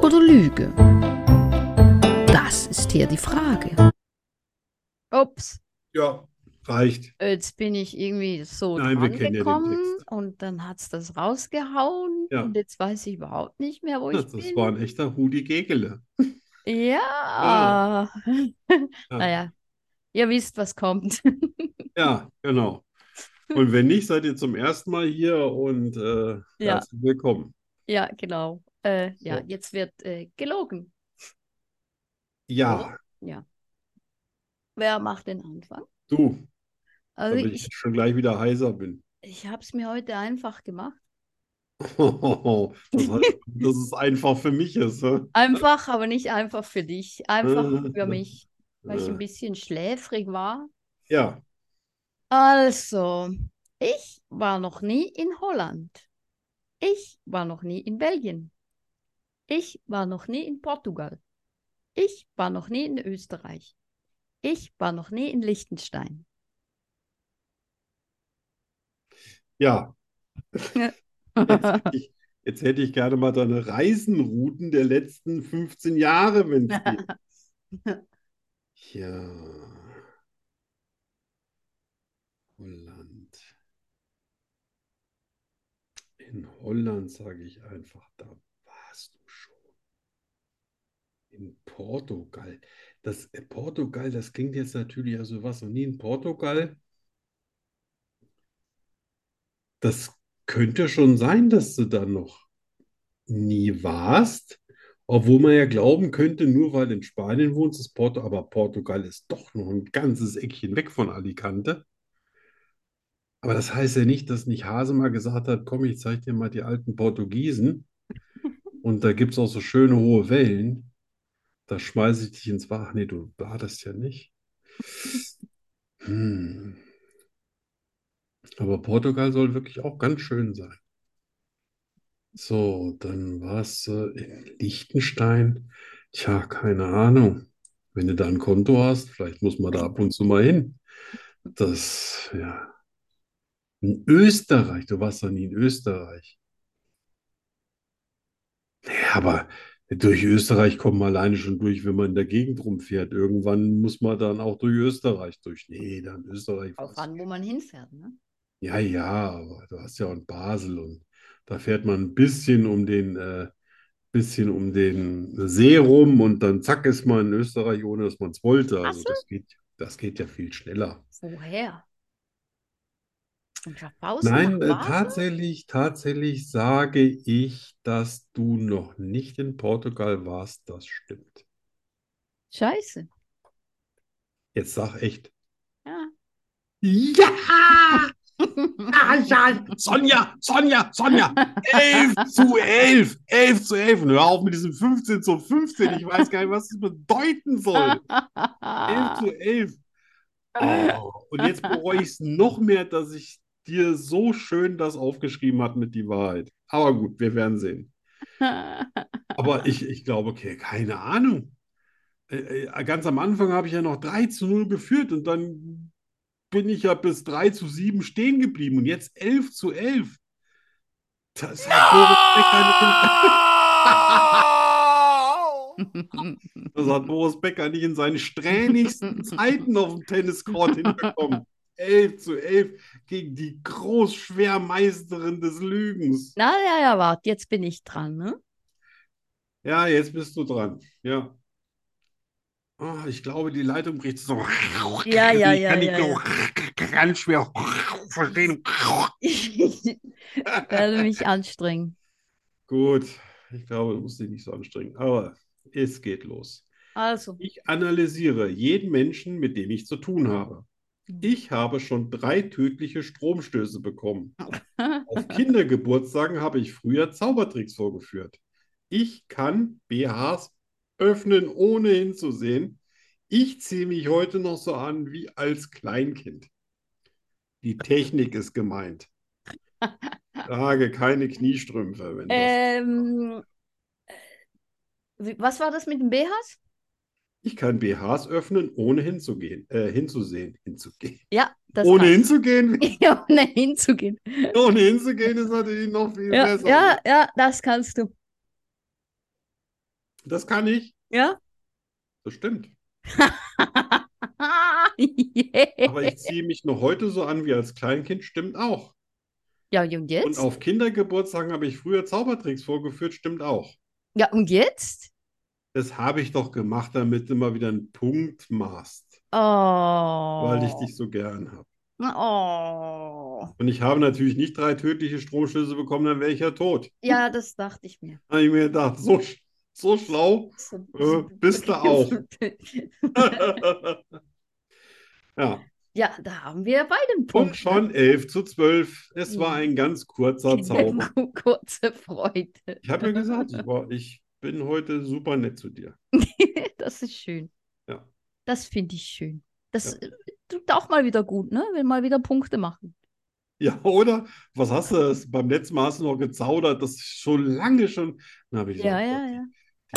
Speaker 3: oder Lüge? Das ist hier die Frage.
Speaker 1: Ups,
Speaker 2: Ja. Reicht.
Speaker 1: jetzt bin ich irgendwie so
Speaker 2: hm. Nein, wir kennen ja den
Speaker 1: drangekommen
Speaker 2: Text.
Speaker 1: und dann hat es das rausgehauen
Speaker 2: Ja.
Speaker 1: und jetzt weiß ich überhaupt nicht mehr, wo ich
Speaker 2: Das
Speaker 1: bin.
Speaker 2: war ein echter Rudi Gegele.
Speaker 1: Ja.
Speaker 2: Ah. Ja.
Speaker 1: Naja, ihr wisst, was kommt.
Speaker 2: Ja, genau. Und wenn nicht, seid ihr zum ersten Mal hier und äh, herzlich willkommen.
Speaker 1: Ja, genau. Äh, ja,
Speaker 2: So.
Speaker 1: jetzt wird äh, gelogen.
Speaker 2: Ja,
Speaker 1: Wer macht den Anfang?
Speaker 2: du,
Speaker 1: Also
Speaker 2: damit
Speaker 1: ich,
Speaker 2: ich schon gleich wieder heiser bin.
Speaker 1: ich habe es mir heute einfach gemacht.
Speaker 2: Das heißt, dass es einfach für mich ist. hä?
Speaker 1: Einfach, aber nicht einfach für dich. Einfach für mich, weil ich ein
Speaker 2: Äh,
Speaker 1: bisschen schläfrig war.
Speaker 2: Ja,
Speaker 1: Also, ich war noch nie in Holland. Ich war noch nie in Belgien. Ich war noch nie in Portugal. Ich war noch nie in Österreich. Ich war noch nie in Liechtenstein.
Speaker 2: ja. Jetzt hätte ich, jetzt hätte ich gerne mal deine Reisenrouten der letzten 15 Jahre, wenn es geht. Ja. Holland. In Holland sage ich einfach, da warst du schon. In Portugal. Das äh, Portugal, das klingt jetzt natürlich, also was noch nie in Portugal. Das könnte schon sein, dass du da noch nie warst, obwohl man ja glauben könnte, nur weil du in Spanien wohnst, ist Porto, aber Portugal ist doch noch ein ganzes Eckchen weg von Alicante. Aber das heißt ja nicht, dass nicht Hase mal gesagt hat, komm, ich zeig dir mal die alten Portugiesen. Und da gibt es auch so schöne hohe Wellen. Da schmeiße ich dich ins Wasser. Nee, du badest ja nicht. Hm. Aber Portugal soll wirklich auch ganz schön sein. So, dann warst du in Liechtenstein. Tja, keine Ahnung. Wenn du da ein Konto hast, vielleicht muss man da ab und zu mal hin. Das, ja. In Österreich, du warst doch nie in Österreich. Ja, aber durch Österreich kommt man alleine schon durch, wenn man in der Gegend rumfährt. Irgendwann muss man dann auch durch Österreich durch. Nee, dann Österreich
Speaker 1: Auch
Speaker 2: warst du
Speaker 1: an, wo man hinfährt, ne?
Speaker 2: ja, ja, aber du hast ja auch in Basel und da fährt man ein bisschen um den, äh, bisschen um den See rum und dann zack ist man in Österreich, ohne dass man es wollte.
Speaker 1: Ach
Speaker 2: Also
Speaker 1: so.
Speaker 2: das geht, das geht ja viel schneller.
Speaker 1: Woher? Von Schaffhausen
Speaker 2: Nein, äh,
Speaker 1: nach Basel?
Speaker 2: tatsächlich, tatsächlich sage ich, dass du noch nicht in Portugal warst. Das stimmt.
Speaker 1: Scheiße.
Speaker 2: Jetzt sag echt. Ja! Ja, ja, Sonja, Sonja, Sonja. 11 zu 11, 11 zu 11. Und hör auf mit diesem 15 zu 15. Ich weiß gar nicht, was das bedeuten soll. 11 zu 11. Oh, und jetzt bereue ich es noch mehr, dass ich dir so schön das aufgeschrieben hat mit die Wahrheit. Aber gut, wir werden sehen. Aber ich, ich glaube, okay, keine Ahnung. Äh, äh, Ganz am Anfang habe ich ja noch 3 zu 0 geführt und dann bin ich ja bis 3 zu 7 stehen geblieben und jetzt 11 zu 11. Das hat Boris Becker nicht in Das hat Boris Becker nicht in seinen strähnigsten Zeiten auf dem Tenniscourt hinbekommen. 11 zu 11 gegen die Großschwermeisterin des Lügens.
Speaker 1: Na ja, ja, warte, jetzt bin ich dran, ne?
Speaker 2: Ja, jetzt bist du dran. Ja. Ah, ich glaube, die Leitung bricht zusammen.
Speaker 1: Ja, ja,
Speaker 2: Ich
Speaker 1: ja,
Speaker 2: kann die
Speaker 1: ja, ja.
Speaker 2: ganz schwer verstehen.
Speaker 1: Ich werde mich anstrengen.
Speaker 2: Gut, ich glaube, du musst dich nicht so anstrengen. Aber es geht los.
Speaker 1: Also,
Speaker 2: Ich analysiere jeden Menschen, mit dem ich zu tun habe. Ich habe schon drei tödliche Stromstöße bekommen. Auf Kindergeburtstagen habe ich früher Zaubertricks vorgeführt. Ich kann BHs öffnen, ohne hinzusehen. Ich ziehe mich heute noch so an wie als Kleinkind. Die Technik ist gemeint. Trage keine Kniestrümpfe, wenn das.
Speaker 1: ähm, äh, wie- was war das mit dem BHs?
Speaker 2: Ich kann BHs öffnen, ohne hinzugehen, äh, hinzusehen, hinzugehen.
Speaker 1: Ja, das
Speaker 2: Ohne
Speaker 1: war's.
Speaker 2: hinzugehen,
Speaker 1: Ja, ohne hinzugehen.
Speaker 2: ohne hinzugehen ist natürlich noch viel
Speaker 1: Ja,
Speaker 2: besser.
Speaker 1: ja, ja, das kannst du.
Speaker 2: Das kann ich.
Speaker 1: Ja?
Speaker 2: Das stimmt.
Speaker 1: Ah, Yeah.
Speaker 2: Aber ich ziehe mich noch heute so an wie als Kleinkind, stimmt auch.
Speaker 1: Ja, und
Speaker 2: Und
Speaker 1: jetzt?
Speaker 2: auf Kindergeburtstagen habe ich früher Zaubertricks vorgeführt, stimmt auch.
Speaker 1: Ja, und jetzt?
Speaker 2: Das habe ich doch gemacht, damit du mal wieder einen Punkt machst,
Speaker 1: Oh.
Speaker 2: weil ich dich so gern habe.
Speaker 1: Oh.
Speaker 2: Und ich habe natürlich nicht drei tödliche Stromschlüsse bekommen, dann wäre ich ja tot.
Speaker 1: Ja, das dachte ich mir.
Speaker 2: Da habe ich mir gedacht, so, sch- so schlau.
Speaker 1: So-
Speaker 2: Äh, bist du auch. Ja,
Speaker 1: Ja, da haben wir beide einen
Speaker 2: und
Speaker 1: Punkt. ne? Mhm.
Speaker 2: schon 11 zu 12. Es
Speaker 1: Ja.
Speaker 2: war ein ganz kurzer Zauber.
Speaker 1: Kurze Freude.
Speaker 2: Ich habe ja gesagt, ich, war, ich bin heute super nett zu dir.
Speaker 1: Das ist schön.
Speaker 2: Ja.
Speaker 1: Das finde ich schön. Das äh, tut auch mal wieder gut, ne? Will mal wieder Punkte machen.
Speaker 2: Ja, oder? Was hast du das? Beim letzten Mal hast du noch gezaudert, das ist schon lange schon. Dann habe ich
Speaker 1: Ja,
Speaker 2: gesagt,
Speaker 1: ja, ja. Ah.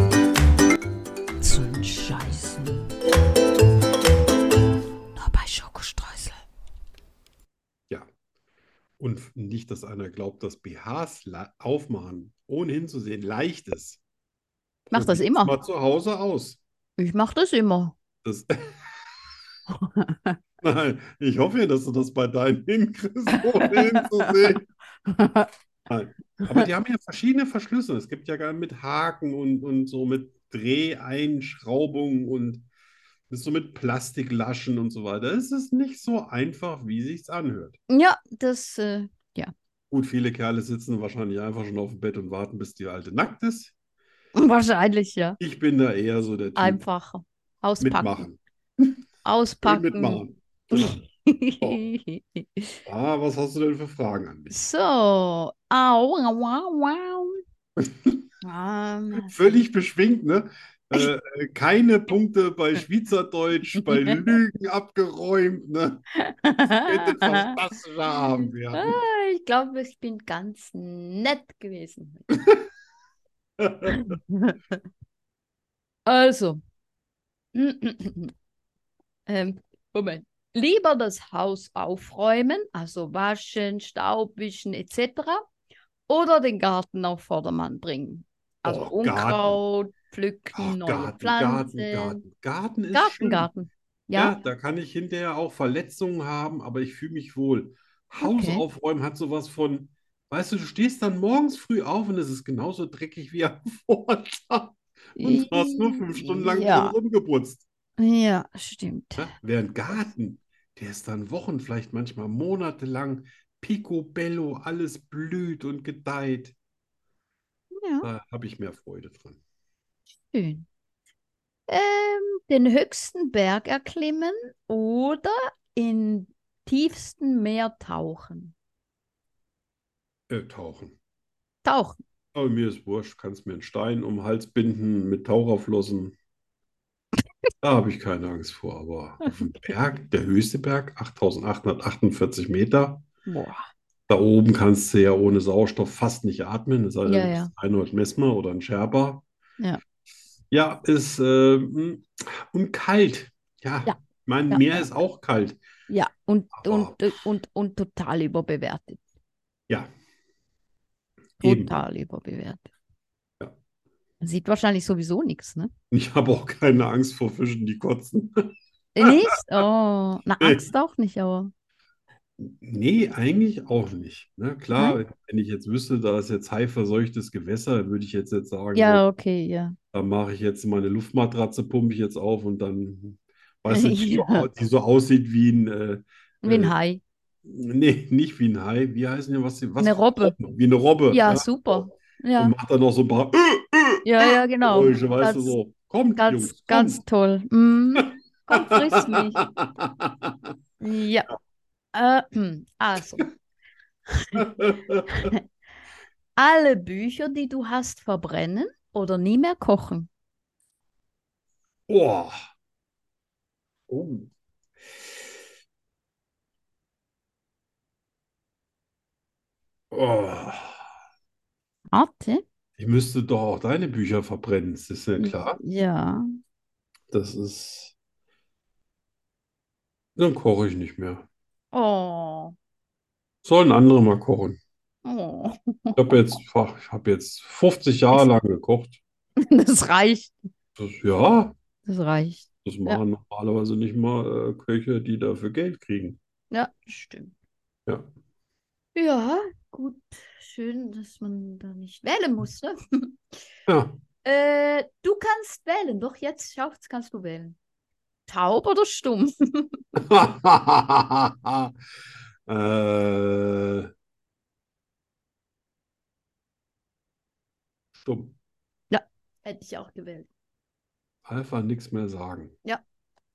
Speaker 3: Zum Scheißen. Nur bei Schokostreusel.
Speaker 2: Und nicht, dass einer glaubt, dass BHs la- aufmachen, ohne hinzusehen, leicht ist.
Speaker 1: Mach das
Speaker 2: probier's
Speaker 1: immer.
Speaker 2: Mal zu Hause aus.
Speaker 1: Ich mache das immer.
Speaker 2: Das Nein, ich hoffe ja, dass du das bei deinen hinkriegst, um ohne hinzusehen. Nein. Aber die haben ja verschiedene Verschlüsse. Es gibt ja gar mit Haken und, und so mit Dreheinschraubungen und so mit Plastiklaschen und so weiter. Es ist nicht so einfach, wie sich's anhört.
Speaker 1: Ja, das. Äh,
Speaker 2: Gut, viele Kerle sitzen wahrscheinlich einfach schon auf dem Bett und warten, bis die Alte nackt ist.
Speaker 1: Wahrscheinlich, ja.
Speaker 2: Ich bin da eher so der Typ
Speaker 1: Einfacher. Auspacken.
Speaker 2: mitmachen.
Speaker 1: Auspacken.
Speaker 2: Mitmachen. Genau. Ah, was hast du denn für Fragen an mich?
Speaker 1: so. Au, au, au, au. Ähm,
Speaker 2: Völlig beschwingt, ne? Äh, äh, keine Punkte bei Schweizerdeutsch, bei Lügen abgeräumt, ne? Hätte ein fantastischer Abend werden.
Speaker 1: Ah, ich glaube, ich bin ganz nett gewesen. Äh. Also, ähm, Moment. Ähm, Lieber das Haus aufräumen, also waschen, Staub wischen etc. oder den Garten auf Vordermann bringen. Also
Speaker 2: Oh, Garten.
Speaker 1: Unkraut pflücken, neue
Speaker 2: Ach, Garten, Garten,
Speaker 1: Pflanzen.
Speaker 2: Garten. Garten ist
Speaker 1: Garten,
Speaker 2: schön.
Speaker 1: Garten.
Speaker 2: Ja,
Speaker 1: Ja,
Speaker 2: da kann ich hinterher auch Verletzungen haben, aber ich fühle mich wohl. Haus
Speaker 3: Okay.
Speaker 2: aufräumen hat sowas von, weißt du, du stehst dann morgens früh auf und es ist genauso dreckig wie am Vortag und du hast nur fünf Stunden lang drin
Speaker 1: Ja,
Speaker 2: rumgeputzt.
Speaker 1: ja, stimmt.
Speaker 2: Ne? Während Garten, der ist dann Wochen, vielleicht manchmal monatelang picobello, alles blüht und gedeiht.
Speaker 1: Ja,
Speaker 2: Da habe ich mehr Freude dran.
Speaker 3: Schön.
Speaker 1: ähm, den höchsten Berg erklimmen oder in tiefsten Meer tauchen.
Speaker 2: Äh, tauchen.
Speaker 1: Tauchen.
Speaker 2: Aber mir ist wurscht, kannst mir einen Stein um den Hals binden mit Taucherflossen. Da habe ich keine Angst vor, aber auf dem Berg, der höchste Berg, 8848 Meter,
Speaker 1: Boah.
Speaker 2: da oben kannst du ja ohne Sauerstoff fast nicht atmen, es sei denn,
Speaker 1: Ja,
Speaker 2: du bist
Speaker 1: ja.
Speaker 2: Reinhold Messmer oder ein Sherpa.
Speaker 1: Ja.
Speaker 2: Ja, ist ähm, und kalt. Ja,
Speaker 1: Ja.
Speaker 2: ich meine,
Speaker 1: Ja.
Speaker 2: Meer ist auch kalt.
Speaker 1: Ja, und,
Speaker 2: Aber-
Speaker 1: und, und, und, total überbewertet.
Speaker 2: Ja. Eben.
Speaker 1: Total überbewertet.
Speaker 2: Ja.
Speaker 1: Man sieht wahrscheinlich sowieso nichts, ne?
Speaker 2: Ich habe auch keine Angst vor Fischen, die kotzen.
Speaker 1: Nicht? Oh, na,
Speaker 2: Ah. Nee.
Speaker 1: Angst auch nicht, aber.
Speaker 2: Nee, eigentlich auch nicht. Ne? Klar,
Speaker 1: Hm.
Speaker 2: wenn ich jetzt wüsste, da ist jetzt haiverseuchtes Gewässer, würde ich jetzt, jetzt sagen,
Speaker 1: Ja, okay, ja.
Speaker 2: so, da mache ich jetzt meine Luftmatratze, pumpe ich jetzt auf und dann, weißt du, die so,
Speaker 1: Ja.
Speaker 2: au- die so aussieht wie ein, äh,
Speaker 1: Wie ein
Speaker 2: Äh,
Speaker 1: Hai.
Speaker 2: nee, nicht wie ein Hai, wie heißen ja was, die- was
Speaker 1: Eine Robbe.
Speaker 2: Wie eine Robbe.
Speaker 1: Ja,
Speaker 2: ja.
Speaker 1: super.
Speaker 2: Und
Speaker 1: Ja,
Speaker 2: macht dann noch so ein paar
Speaker 1: ja, ja, genau.
Speaker 2: Geräusche, weißt du,
Speaker 1: Ganz-
Speaker 2: so, kommt, Jungs,
Speaker 1: Ganz,
Speaker 2: kommt.
Speaker 1: ganz toll. Mhm. Komm, friss mich. Ja. Äh, hm, also, alle Bücher, die du hast, verbrennen oder nie mehr kochen.
Speaker 2: Boah. Oh. Oh.
Speaker 1: Warte.
Speaker 2: Ich müsste doch auch deine Bücher verbrennen, das ist ja
Speaker 1: Hm.
Speaker 2: klar.
Speaker 1: Ja.
Speaker 2: Das ist. Dann koche ich nicht mehr.
Speaker 1: Oh.
Speaker 2: Sollen andere mal kochen.
Speaker 1: Oh.
Speaker 2: Ich habe jetzt, ach, ich habe jetzt 50 Jahre lang gekocht.
Speaker 1: Das reicht.
Speaker 2: Das, ja,
Speaker 1: Das reicht.
Speaker 2: das machen normalerweise nicht mal äh, Köche, die dafür Geld kriegen.
Speaker 1: Ja, stimmt.
Speaker 2: Ja.
Speaker 1: Ja, gut. Schön, dass man da nicht wählen muss, ne?
Speaker 2: Ja.
Speaker 1: Äh, du kannst wählen. Doch, jetzt schaut's, kannst du wählen. Taub oder stumm?
Speaker 2: äh, stumm.
Speaker 1: Hätte ich auch gewählt.
Speaker 2: Alpha nichts mehr sagen.
Speaker 1: Ja.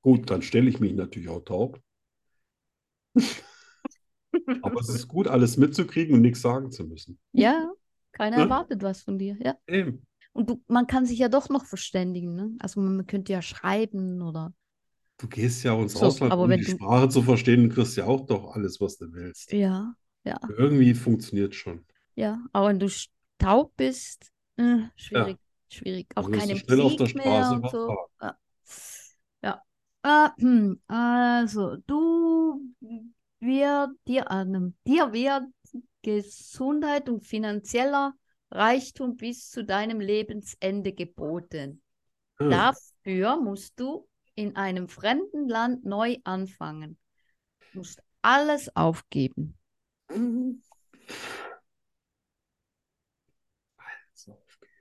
Speaker 2: Gut, dann stelle ich mich natürlich auch taub. Aber es ist gut, alles mitzukriegen und nichts sagen zu müssen.
Speaker 1: Ja, keiner
Speaker 2: Ja.
Speaker 1: erwartet was von dir, ja.
Speaker 2: Eben.
Speaker 1: Und du, man kann sich ja doch noch verständigen, ne? Also man könnte ja schreiben oder.
Speaker 2: Du gehst ja auch ins
Speaker 1: So,
Speaker 2: Ausland,
Speaker 1: aber
Speaker 2: um
Speaker 1: wenn
Speaker 2: die
Speaker 1: du-
Speaker 2: Sprache zu verstehen, kriegst ja auch doch alles, was du willst.
Speaker 1: Ja, ja,
Speaker 2: Irgendwie funktioniert schon.
Speaker 1: ja. Aber wenn du sch- taub bist, äh, schwierig, schwierig. Auch
Speaker 2: Dann wirst
Speaker 1: keine
Speaker 2: du schnell auf der
Speaker 1: Musik mehr
Speaker 2: Straße
Speaker 1: und so.
Speaker 2: überfahren.
Speaker 1: Ja. Ja. Ah, hm, also, du wird dir, ah, ne, dir wird Gesundheit und finanzieller Reichtum bis zu deinem Lebensende geboten.
Speaker 2: Hm.
Speaker 1: Dafür musst du in einem fremden Land neu anfangen. Du musst alles aufgeben.
Speaker 2: Alles aufgeben.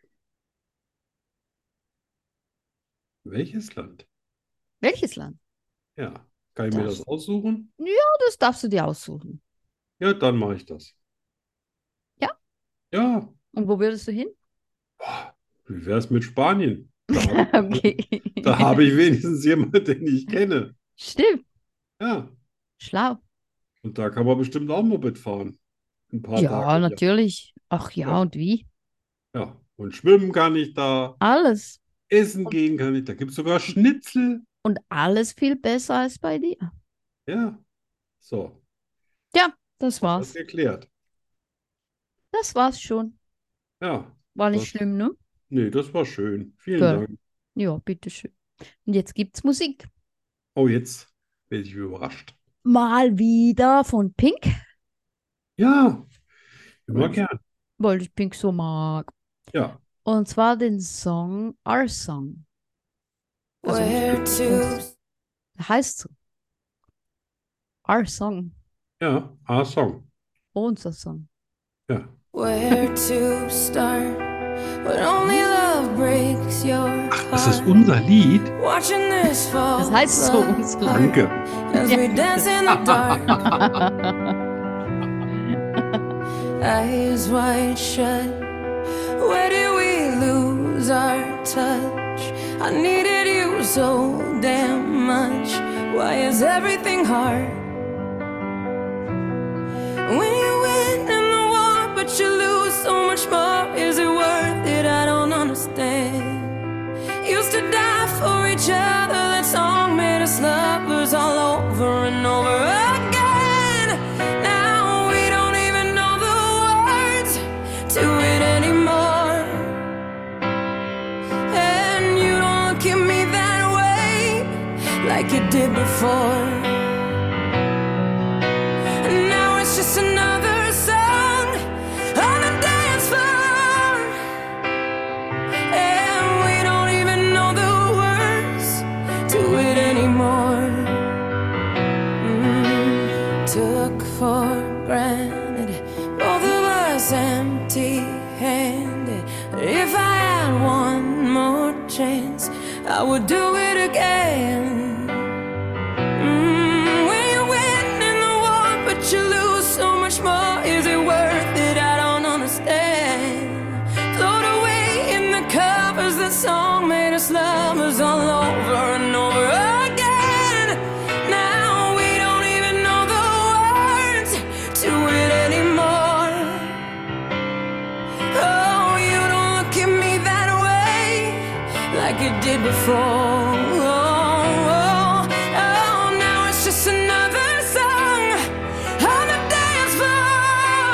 Speaker 2: Welches Land?
Speaker 1: Welches Land?
Speaker 2: Ja, kann ich mir
Speaker 1: Das-
Speaker 2: das aussuchen?
Speaker 1: Oh, das darfst du dir aussuchen.
Speaker 2: Ja, dann mache ich das.
Speaker 1: Ja?
Speaker 2: Ja.
Speaker 1: Und wo würdest du hin?
Speaker 2: Boah, Wie wäre es mit Spanien? Da,
Speaker 1: Okay.
Speaker 2: da habe ich wenigstens jemanden, den ich kenne.
Speaker 1: Stimmt.
Speaker 2: Ja,
Speaker 1: Schlau.
Speaker 2: und da kann man bestimmt auch Moped fahren. Ein paar
Speaker 1: Ja,
Speaker 2: Tage.
Speaker 1: natürlich. Ach ja,
Speaker 2: Ja.
Speaker 1: und wie?
Speaker 2: Ja, und schwimmen kann ich da,
Speaker 1: Alles.
Speaker 2: essen gehen kann ich, da gibt es sogar Schnitzel.
Speaker 1: Und alles viel besser als bei dir.
Speaker 2: Ja, so,
Speaker 1: Das
Speaker 2: das
Speaker 1: war's.
Speaker 2: ist erklärt.
Speaker 1: Das war's schon.
Speaker 2: Ja,
Speaker 1: War nicht
Speaker 2: Das-
Speaker 1: schlimm, ne?
Speaker 2: nee, das war schön. Vielen
Speaker 1: Toll.
Speaker 2: Dank.
Speaker 1: Ja, bitteschön. Und jetzt gibt's Musik.
Speaker 2: Oh, jetzt werde ich überrascht.
Speaker 1: Mal wieder von Pink.
Speaker 2: Ja, immer gern.
Speaker 1: weil ich Pink so mag.
Speaker 2: Ja.
Speaker 1: Und zwar den Song Our Song.
Speaker 5: Where to?
Speaker 1: Heißt so. Our Song.
Speaker 2: Ja, our Song.
Speaker 3: Unser Song.
Speaker 2: Ja.
Speaker 6: Where to start? But only love breaks your heart.
Speaker 2: Das ist unser Lied.
Speaker 6: Watching this fall.
Speaker 3: Das heißt so, unser Lied.
Speaker 2: Danke.
Speaker 6: As we dance in the dark. Eyes wide shut. Where do we lose our touch? I needed you so damn much. Why is everything hard? When you win in the war, but you lose so much more. Is it worth it? I don't understand. Used to die for each other. That song made us lovers all over and over again. Now we don't even know the words to it anymore. And you don't look at me that way like you did before. And now it's just another song on the dance floor. And we don't even know the words to it anymore. Mm, Took for granted both of us empty handed. If I had one more chance, I would do it again. Mm, when you win in the war, but you lose so much more. Is it worth it? I don't understand. Float away in the covers. That song made us lovers all over and over again. Now we don't even know the words to it anymore. Oh, you don't look at me that way like it did before. Oh, oh, now it's just another song on the dance floor.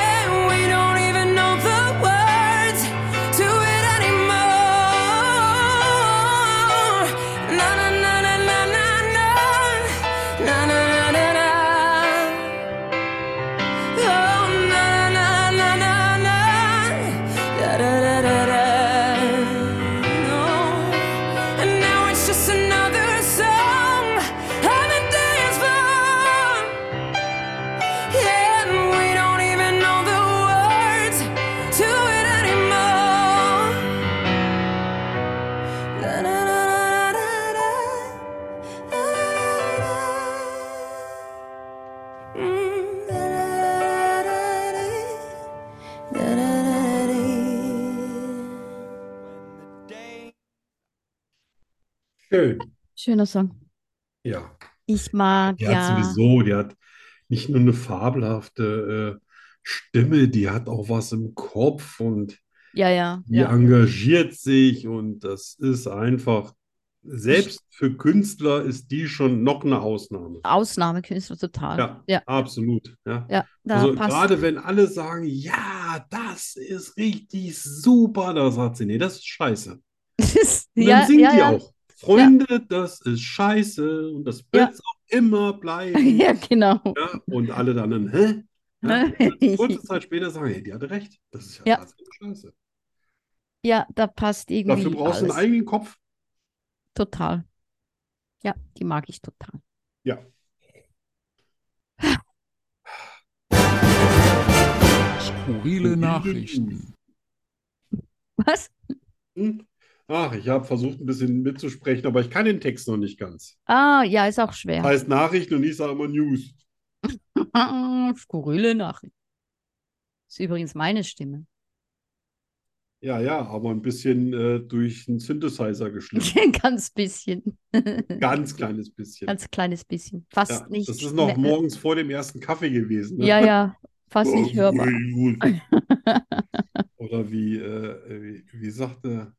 Speaker 6: And we don't even know the words to it anymore. Na na na na na na na na na na na. Oh, na na na na na. Da, da, da, da, da. No. And now it's just another song on the dance floor. Yeah, and we don't even know the words to it anymore. Da, da, da, da, da, da, da, da. Mm, da, da, da, da, da.
Speaker 2: Schön.
Speaker 1: Schöner Song.
Speaker 2: Ja.
Speaker 1: Ich mag
Speaker 2: Die
Speaker 1: ja.
Speaker 2: hat sowieso, die hat nicht nur eine fabelhafte äh, Stimme, die hat auch was im Kopf und
Speaker 1: Ja, ja.
Speaker 2: die engagiert sich und das ist einfach, selbst für Künstler ist die schon noch eine Ausnahme.
Speaker 1: Ausnahmekünstler total.
Speaker 2: Ja,
Speaker 1: ja,
Speaker 2: absolut. Ja.
Speaker 1: ja, da
Speaker 2: Also
Speaker 1: passt.
Speaker 2: gerade wenn alle sagen, ja, das ist richtig super, da sagt sie, nee, das ist scheiße. Und dann
Speaker 1: ja,
Speaker 2: singt
Speaker 1: ja,
Speaker 2: die
Speaker 1: ja.
Speaker 2: auch. Freunde, das ist scheiße und das wird es auch immer bleiben.
Speaker 1: ja, genau.
Speaker 2: Ja, und alle dann, dann, hä? Ja, und kurze Zeit später sagen, hey, die hatte recht. Das ist ja,
Speaker 1: Ja.
Speaker 2: tatsächlich scheiße.
Speaker 1: Ja, da passt irgendwie
Speaker 2: Dafür brauchst du einen
Speaker 1: alles.
Speaker 2: eigenen Kopf.
Speaker 1: Total. Ja, die mag ich total.
Speaker 7: Skurrile Nachrichten.
Speaker 1: Was?
Speaker 2: Hm? Ach, ich habe versucht, ein bisschen mitzusprechen, aber ich kann den Text noch nicht ganz.
Speaker 1: Ah, ja, ist auch schwer.
Speaker 2: Heißt Nachrichten und ich sage immer News.
Speaker 1: Skurrile Nachricht. Ist übrigens meine Stimme.
Speaker 2: Ja, ja, aber ein bisschen äh, durch einen Synthesizer geschliffen.
Speaker 1: Ganz bisschen.
Speaker 2: Ganz kleines bisschen.
Speaker 1: Ganz kleines bisschen. Fast
Speaker 2: ja,
Speaker 1: nicht.
Speaker 2: das ist noch
Speaker 1: mehr- äh
Speaker 2: morgens vor dem ersten Kaffee gewesen. Ne?
Speaker 1: Ja, ja. Fast nicht hörbar.
Speaker 2: Oder wie, äh, wie, wie sagte,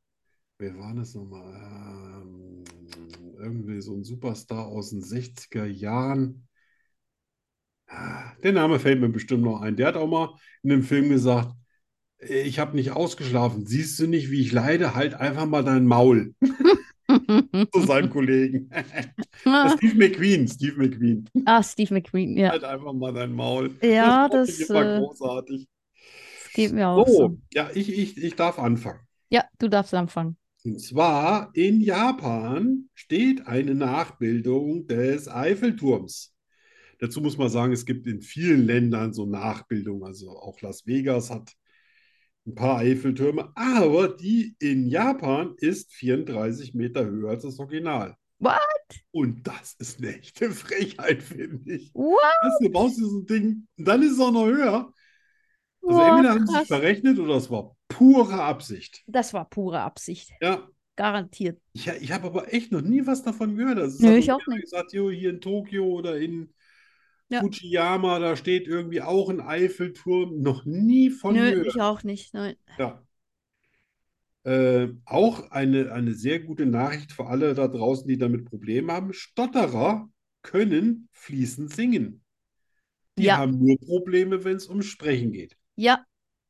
Speaker 2: wer war das nochmal? Ähm, irgendwie so ein Superstar aus den 60er Jahren. Ah, Der Name fällt mir bestimmt noch ein. Der hat auch mal in einem Film gesagt, ich habe nicht ausgeschlafen. Siehst du nicht, wie ich leide? Halt einfach mal dein Maul zu seinem Kollegen. Steve McQueen, Steve McQueen.
Speaker 1: ah, Steve McQueen. Ja,
Speaker 2: Halt einfach mal dein Maul.
Speaker 1: ja
Speaker 2: fand
Speaker 1: das,
Speaker 2: ich immer
Speaker 1: äh,
Speaker 2: großartig.
Speaker 1: das geht mir auch so.
Speaker 2: So, ja, ich, ich, ich darf anfangen.
Speaker 1: Ja, du darfst anfangen.
Speaker 2: Und zwar in Japan steht eine Nachbildung des Eiffelturms. Dazu muss man sagen, es gibt in vielen Ländern so Nachbildungen. Also auch Las Vegas hat ein paar Eiffeltürme, aber die in Japan ist 34 Meter höher als das Original.
Speaker 1: What?
Speaker 2: Und das ist eine echte Frechheit, finde ich.
Speaker 1: What?
Speaker 2: Weißt du, du baust dir so ein Ding, und dann ist es auch noch höher. Also
Speaker 1: Boah,
Speaker 2: entweder haben sie
Speaker 1: krass.
Speaker 2: sich verrechnet oder es war pure Absicht.
Speaker 1: Das war pure Absicht.
Speaker 2: Ja,
Speaker 1: Garantiert.
Speaker 2: ich, ich habe aber echt noch nie was davon gehört. Also es
Speaker 1: Nö,
Speaker 2: hat
Speaker 1: ich
Speaker 2: noch
Speaker 1: auch
Speaker 2: keiner gesagt, jo, hier in Tokio oder in
Speaker 1: Ja.
Speaker 2: Fujiyama, da steht irgendwie auch ein Eiffelturm. Noch nie von
Speaker 1: Nö,
Speaker 2: gehört.
Speaker 1: ich auch nicht. Nein.
Speaker 2: Ja. Äh, auch eine, eine sehr gute Nachricht für alle da draußen, die damit Probleme haben. Stotterer können fließend singen. Die
Speaker 1: Ja.
Speaker 2: haben nur Probleme, wenn es ums Sprechen geht.
Speaker 1: Ja,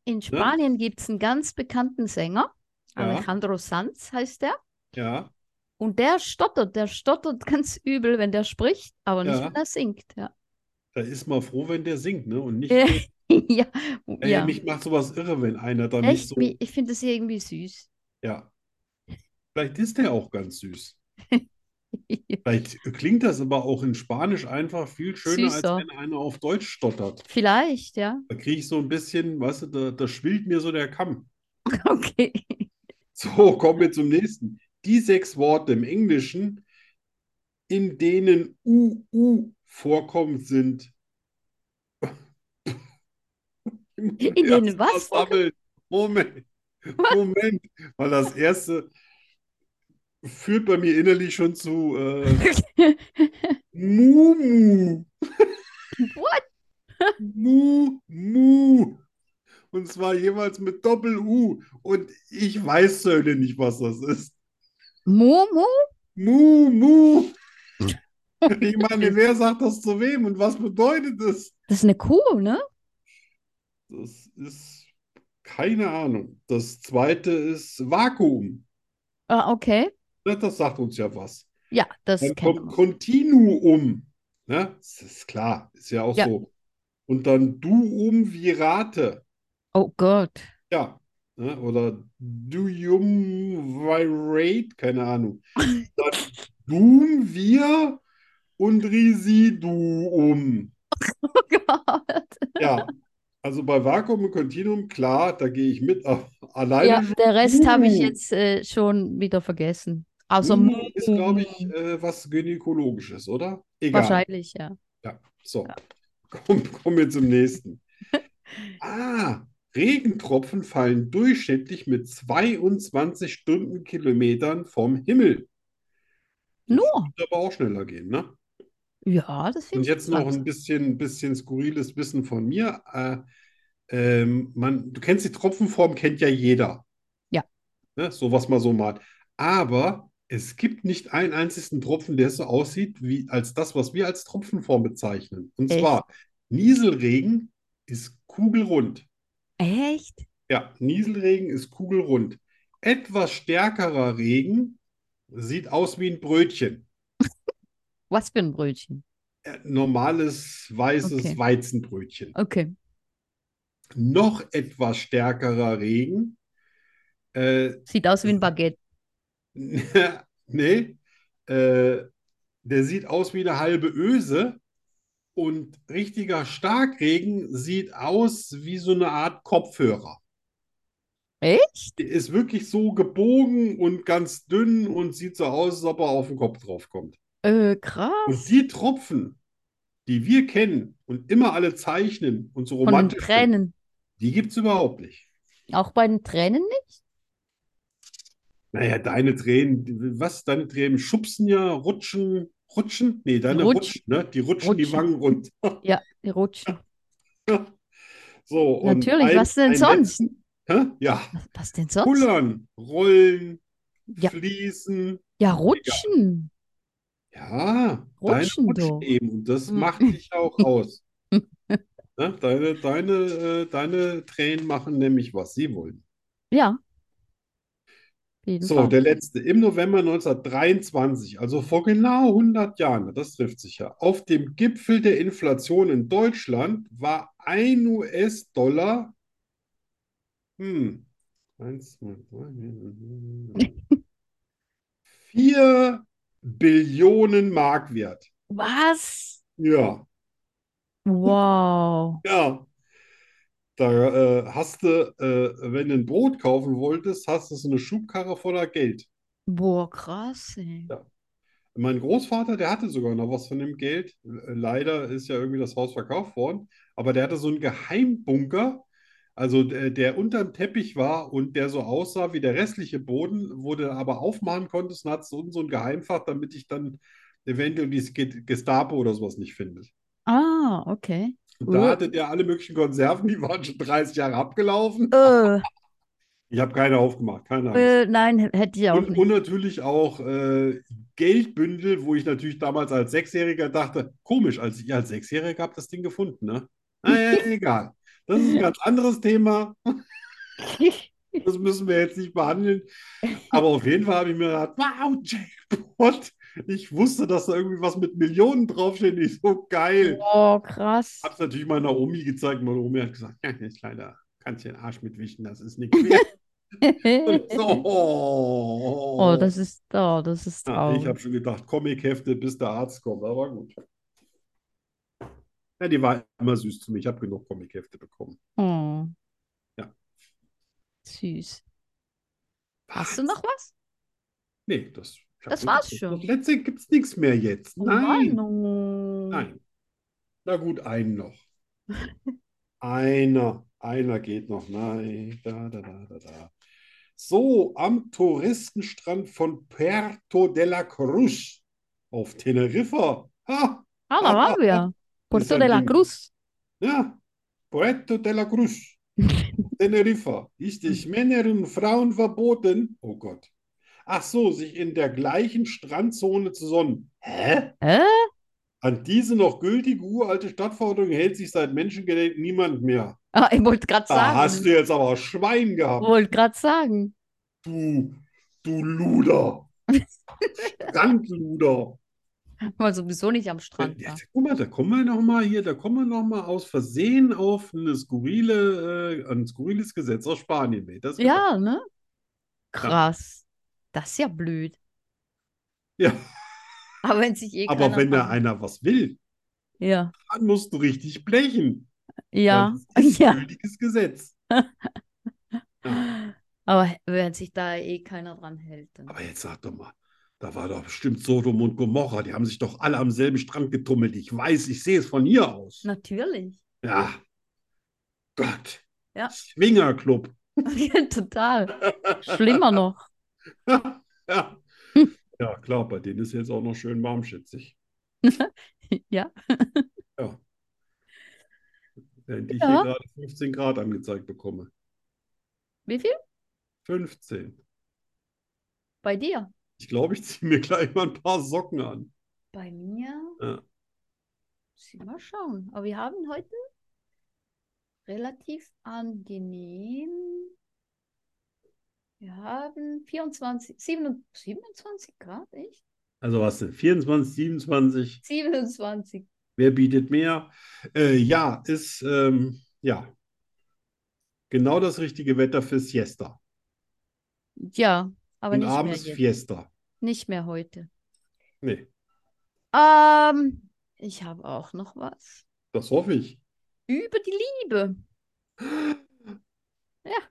Speaker 1: in Spanien gibt es einen ganz bekannten Sänger.
Speaker 2: Ja.
Speaker 1: Alejandro Sanz heißt der.
Speaker 2: Ja,
Speaker 1: Und der stottert, der stottert ganz übel, wenn der spricht, aber nicht,
Speaker 2: Ja.
Speaker 1: wenn er singt. Ja,
Speaker 2: da ist man froh, wenn der singt, ne? Und nicht,
Speaker 1: Ja, ja.
Speaker 2: ey,
Speaker 1: ja.
Speaker 2: mich macht sowas irre, wenn einer da nicht
Speaker 1: Echt,
Speaker 2: so,
Speaker 1: mi- ich finde das irgendwie süß.
Speaker 2: ja. Vielleicht ist der auch ganz süß. Vielleicht klingt das aber auch in Spanisch einfach viel schöner, als
Speaker 1: Süßer.
Speaker 2: wenn einer auf Deutsch stottert.
Speaker 1: Vielleicht, ja.
Speaker 2: Da kriege ich so ein bisschen, weißt du, da, da schwillt mir so der Kamm.
Speaker 1: Okay.
Speaker 2: So, kommen wir zum nächsten. Die sechs Worte im Englischen, in denen UU vorkommt, sind. In
Speaker 1: In denen was?
Speaker 2: Sammelt. Moment, Moment, weil das erste führt bei mir innerlich schon zu äh, Mumu.
Speaker 1: What?
Speaker 2: Mu, Mu. Und zwar jeweils mit Doppel-U. Und ich weiß zur Hölle nicht, was das ist.
Speaker 1: Momo?
Speaker 2: Mu, mu.
Speaker 1: Hm.
Speaker 2: Ich meine, wer sagt das zu wem und was bedeutet es?
Speaker 1: Das ist eine Kuh, ne?
Speaker 2: Das ist keine Ahnung. Das zweite ist Vakuum.
Speaker 1: Ah, okay.
Speaker 2: Ne, Das sagt uns ja was.
Speaker 1: Ja, das
Speaker 2: Dann
Speaker 1: kennt
Speaker 2: kommt
Speaker 1: man.
Speaker 2: Kontinuum. Ne? Das ist klar, ist ja auch
Speaker 1: Ja.
Speaker 2: so. Und dann Duum virate.
Speaker 1: Oh Gott.
Speaker 2: Ja. Ne? Oder Duum virate, keine Ahnung. Dann Duum vir und Residuum.
Speaker 1: Oh Gott.
Speaker 2: Ja, also bei Vakuum und Kontinuum, klar, da gehe ich mit, aber
Speaker 1: Ja,
Speaker 2: alleine
Speaker 1: der Rest habe ich
Speaker 2: Mumu.
Speaker 1: jetzt äh, schon wieder vergessen. Also Außer
Speaker 2: schon
Speaker 1: Mumu.
Speaker 2: ist, glaube ich, äh, was Gynäkologisches, oder? Egal.
Speaker 1: Wahrscheinlich, ja.
Speaker 2: Ja, so. Komm, kommen wir zum nächsten. Ah, Regentropfen fallen durchschnittlich mit 22 Stundenkilometern vom Himmel.
Speaker 1: Nur.
Speaker 2: Wird aber auch schneller gehen, ne?
Speaker 1: Ja, das finde
Speaker 2: Und
Speaker 1: ich
Speaker 2: jetzt noch
Speaker 1: interessant.
Speaker 2: ein bisschen, bisschen skurriles Wissen von mir. Äh, ähm, man, du kennst die Tropfenform, kennt ja jeder.
Speaker 1: Ja.
Speaker 2: Ne, so was man so malt. Aber es gibt nicht einen einzigen Tropfen, der so aussieht wie als das, was wir als Tropfenform bezeichnen. Und
Speaker 1: Echt?
Speaker 2: zwar Nieselregen ist kugelrund.
Speaker 1: Echt?
Speaker 2: Ja, Nieselregen ist kugelrund. Etwas stärkerer Regen sieht aus wie ein Brötchen.
Speaker 1: Was für ein Brötchen.
Speaker 2: Äh, Normales weißes
Speaker 1: Okay.
Speaker 2: Weizenbrötchen.
Speaker 1: Okay.
Speaker 2: Noch etwas stärkerer Regen. Äh,
Speaker 1: Sieht aus wie ein Baguette.
Speaker 2: nee, äh, der sieht aus wie eine halbe Öse. Und richtiger Starkregen sieht aus wie so eine Art Kopfhörer.
Speaker 1: Echt?
Speaker 2: Der ist wirklich so gebogen und ganz dünn und sieht so aus, als ob er auf den Kopf draufkommt.
Speaker 1: Äh, krass.
Speaker 2: Und die Tropfen, die wir kennen und immer alle zeichnen und so
Speaker 1: Von den
Speaker 2: romantisch sind,
Speaker 1: Tränen.
Speaker 2: Die gibt es überhaupt nicht.
Speaker 1: Auch bei den Tränen nicht?
Speaker 2: Naja, deine Tränen, die- was? Deine Tränen schubsen ja, rutschen, rutschen? Nee, deine
Speaker 1: Rutschen.
Speaker 2: rutschen, ne? Die rutschen die
Speaker 1: Rutschen.
Speaker 2: Wangen rund.
Speaker 1: Ja, die rutschen.
Speaker 2: So, und
Speaker 1: Natürlich,
Speaker 2: ein,
Speaker 1: was denn
Speaker 2: ein
Speaker 1: sonst?
Speaker 2: letzten- hä? Ja,
Speaker 1: Was, was denn sonst?
Speaker 2: pullern, rollen,
Speaker 1: Ja.
Speaker 2: fließen.
Speaker 1: Ja, rutschen.
Speaker 2: Ja,
Speaker 1: Rutschen
Speaker 2: deine
Speaker 1: doch.
Speaker 2: rutschen eben und das
Speaker 1: Mhm.
Speaker 2: macht dich auch aus. Ne? Deine, deine, äh, deine Tränen machen nämlich, was sie wollen.
Speaker 1: Ja. Auf jeden
Speaker 2: So,
Speaker 1: Fall.
Speaker 2: der letzte. Im November 1923, also vor genau 100 Jahren, das trifft sich ja, auf dem Gipfel der Inflation in Deutschland war ein US-Dollar, hm, eins, zwei, drei, vier Billionen Mark wert.
Speaker 1: Was?
Speaker 2: Ja,
Speaker 1: Wow.
Speaker 2: Ja. Da äh, hast du, äh, wenn du ein Brot kaufen wolltest, hast du so eine Schubkarre voller Geld.
Speaker 1: Boah, krass. Ey.
Speaker 2: Mein Großvater, der hatte sogar noch was von dem Geld. Äh, Leider ist ja irgendwie das Haus verkauft worden, aber der hatte so einen Geheimbunker, also der, der unterm Teppich war und der so aussah wie der restliche Boden, wo du aber aufmachen konntest und hattest so, so ein Geheimfach, damit ich dann eventuell die Ske- Gestapo oder sowas nicht findet.
Speaker 1: Ah, okay.
Speaker 2: Und da
Speaker 1: Uh.
Speaker 2: hatte der alle möglichen Konserven, die waren schon 30 Jahre abgelaufen.
Speaker 1: Äh,
Speaker 2: Ich habe keine aufgemacht, keine Angst.
Speaker 1: äh, nein, h- hätte ich auch
Speaker 2: Und,
Speaker 1: nicht.
Speaker 2: und natürlich auch äh, Geldbündel, wo ich natürlich damals als Sechsjähriger dachte, komisch, als ich als Sechsjähriger habe das Ding gefunden, ne? Naja, egal. Das ist ein ganz anderes Thema. Das müssen wir jetzt nicht behandeln. Aber auf jeden Fall habe ich mir gedacht, wow, Jackpot. Ich wusste, dass da irgendwie was mit Millionen draufsteht. Ich so geil.
Speaker 1: Boah, krass.
Speaker 2: Hab's natürlich meiner Omi gezeigt. Meine Omi hat gesagt, ja, ist leider, kannst dir den Arsch mitwischen, das ist nichts mehr. Und so,
Speaker 1: Oh,
Speaker 2: oh.
Speaker 1: das ist, oh, das ist
Speaker 2: Ja, ich
Speaker 1: traurig.
Speaker 2: habe schon gedacht, Comichefte, bis der Arzt kommt, aber gut. Ja, die war immer süß zu mir. Ich habe genug Comichefte bekommen.
Speaker 1: Oh.
Speaker 2: Ja.
Speaker 1: Süß. Hast du noch was?
Speaker 2: Nee, das, ich hab
Speaker 1: Das
Speaker 2: genug.
Speaker 1: war's schon.
Speaker 2: Das letzte gibt es nichts mehr jetzt.
Speaker 1: Oh
Speaker 2: Nein,
Speaker 1: Mann, oh.
Speaker 2: nein. Na gut, einen noch. Einer, einer geht noch. Nein, da, da, da, da, da. So, am Touristenstrand von Puerto de la Cruz auf Teneriffa. Ha!
Speaker 1: Ah, da waren
Speaker 2: oh.
Speaker 1: wir. Puerto
Speaker 2: ein
Speaker 1: de la
Speaker 2: Ding.
Speaker 1: Cruz.
Speaker 2: Ja, Puerto de la Cruz, Teneriffa, ist es Männern und Frauen verboten, oh Gott, ach so, sich in der gleichen Strandzone zu sonnen. Hä?
Speaker 1: Hä?
Speaker 2: An diese noch gültige uralte Stadtverordnung hält sich seit Menschengedenken niemand mehr.
Speaker 1: Ah, ich wollte gerade
Speaker 2: Da
Speaker 1: sagen. Oh.
Speaker 2: hast du jetzt aber Schwein gehabt,
Speaker 1: wollte gerade sagen.
Speaker 2: du, du Luder. Strandluder.
Speaker 1: Weil sowieso nicht am Strand war.
Speaker 2: Jetzt, guck mal, da kommen wir noch mal hier, da kommen wir noch mal aus Versehen auf eine skurrile, äh, ein skurriles Gesetz aus Spanien. ey. Das ist geil.
Speaker 1: Ja, ne? Krass. Das ist ja blöd.
Speaker 2: Ja,
Speaker 1: Aber wenn sich eh
Speaker 2: aber
Speaker 1: keiner
Speaker 2: wenn da
Speaker 1: dran-
Speaker 2: einer was will,
Speaker 1: Ja,
Speaker 2: dann musst du richtig blechen.
Speaker 1: ja,
Speaker 2: Das ist
Speaker 1: ja.
Speaker 2: ein gültiges Gesetz.
Speaker 1: Aber wenn sich da eh keiner dran hält, dann.
Speaker 2: Aber jetzt sag doch mal, da war doch bestimmt Sodom und Gomorra. Die haben sich doch alle am selben Strand getummelt. Ich weiß, ich sehe es von hier aus.
Speaker 1: Natürlich.
Speaker 2: Ja. Gott.
Speaker 1: Ja.
Speaker 2: Swingerclub.
Speaker 1: Total. Schlimmer noch.
Speaker 2: Ja.
Speaker 1: Hm.
Speaker 2: Ja, klar, bei denen ist jetzt auch noch schön warm, schätze ich.
Speaker 1: Ja.
Speaker 2: Ja. Während ich
Speaker 1: Ja.
Speaker 2: hier gerade 15 Grad angezeigt bekomme.
Speaker 1: Wie viel?
Speaker 2: 15.
Speaker 1: Bei dir?
Speaker 2: Ich glaube, ich ziehe mir gleich mal ein paar Socken an.
Speaker 1: Bei mir?
Speaker 2: Ja.
Speaker 1: Muss ich mal schauen. Aber wir haben heute relativ angenehm. Wir haben 24, 27, 27 Grad, echt?
Speaker 2: Also was denn? 24, 27,
Speaker 1: 27.
Speaker 2: wer bietet mehr? Äh, ja, ist ähm, ja genau das richtige Wetter für Siesta.
Speaker 1: Ja, aber
Speaker 2: Und
Speaker 1: nicht mehr
Speaker 2: abends
Speaker 1: jetzt.
Speaker 2: Fiesta.
Speaker 1: Nicht mehr heute.
Speaker 2: Nee,
Speaker 1: Ähm, ich habe auch noch was.
Speaker 2: das hoffe ich.
Speaker 1: Über die Liebe. Ja.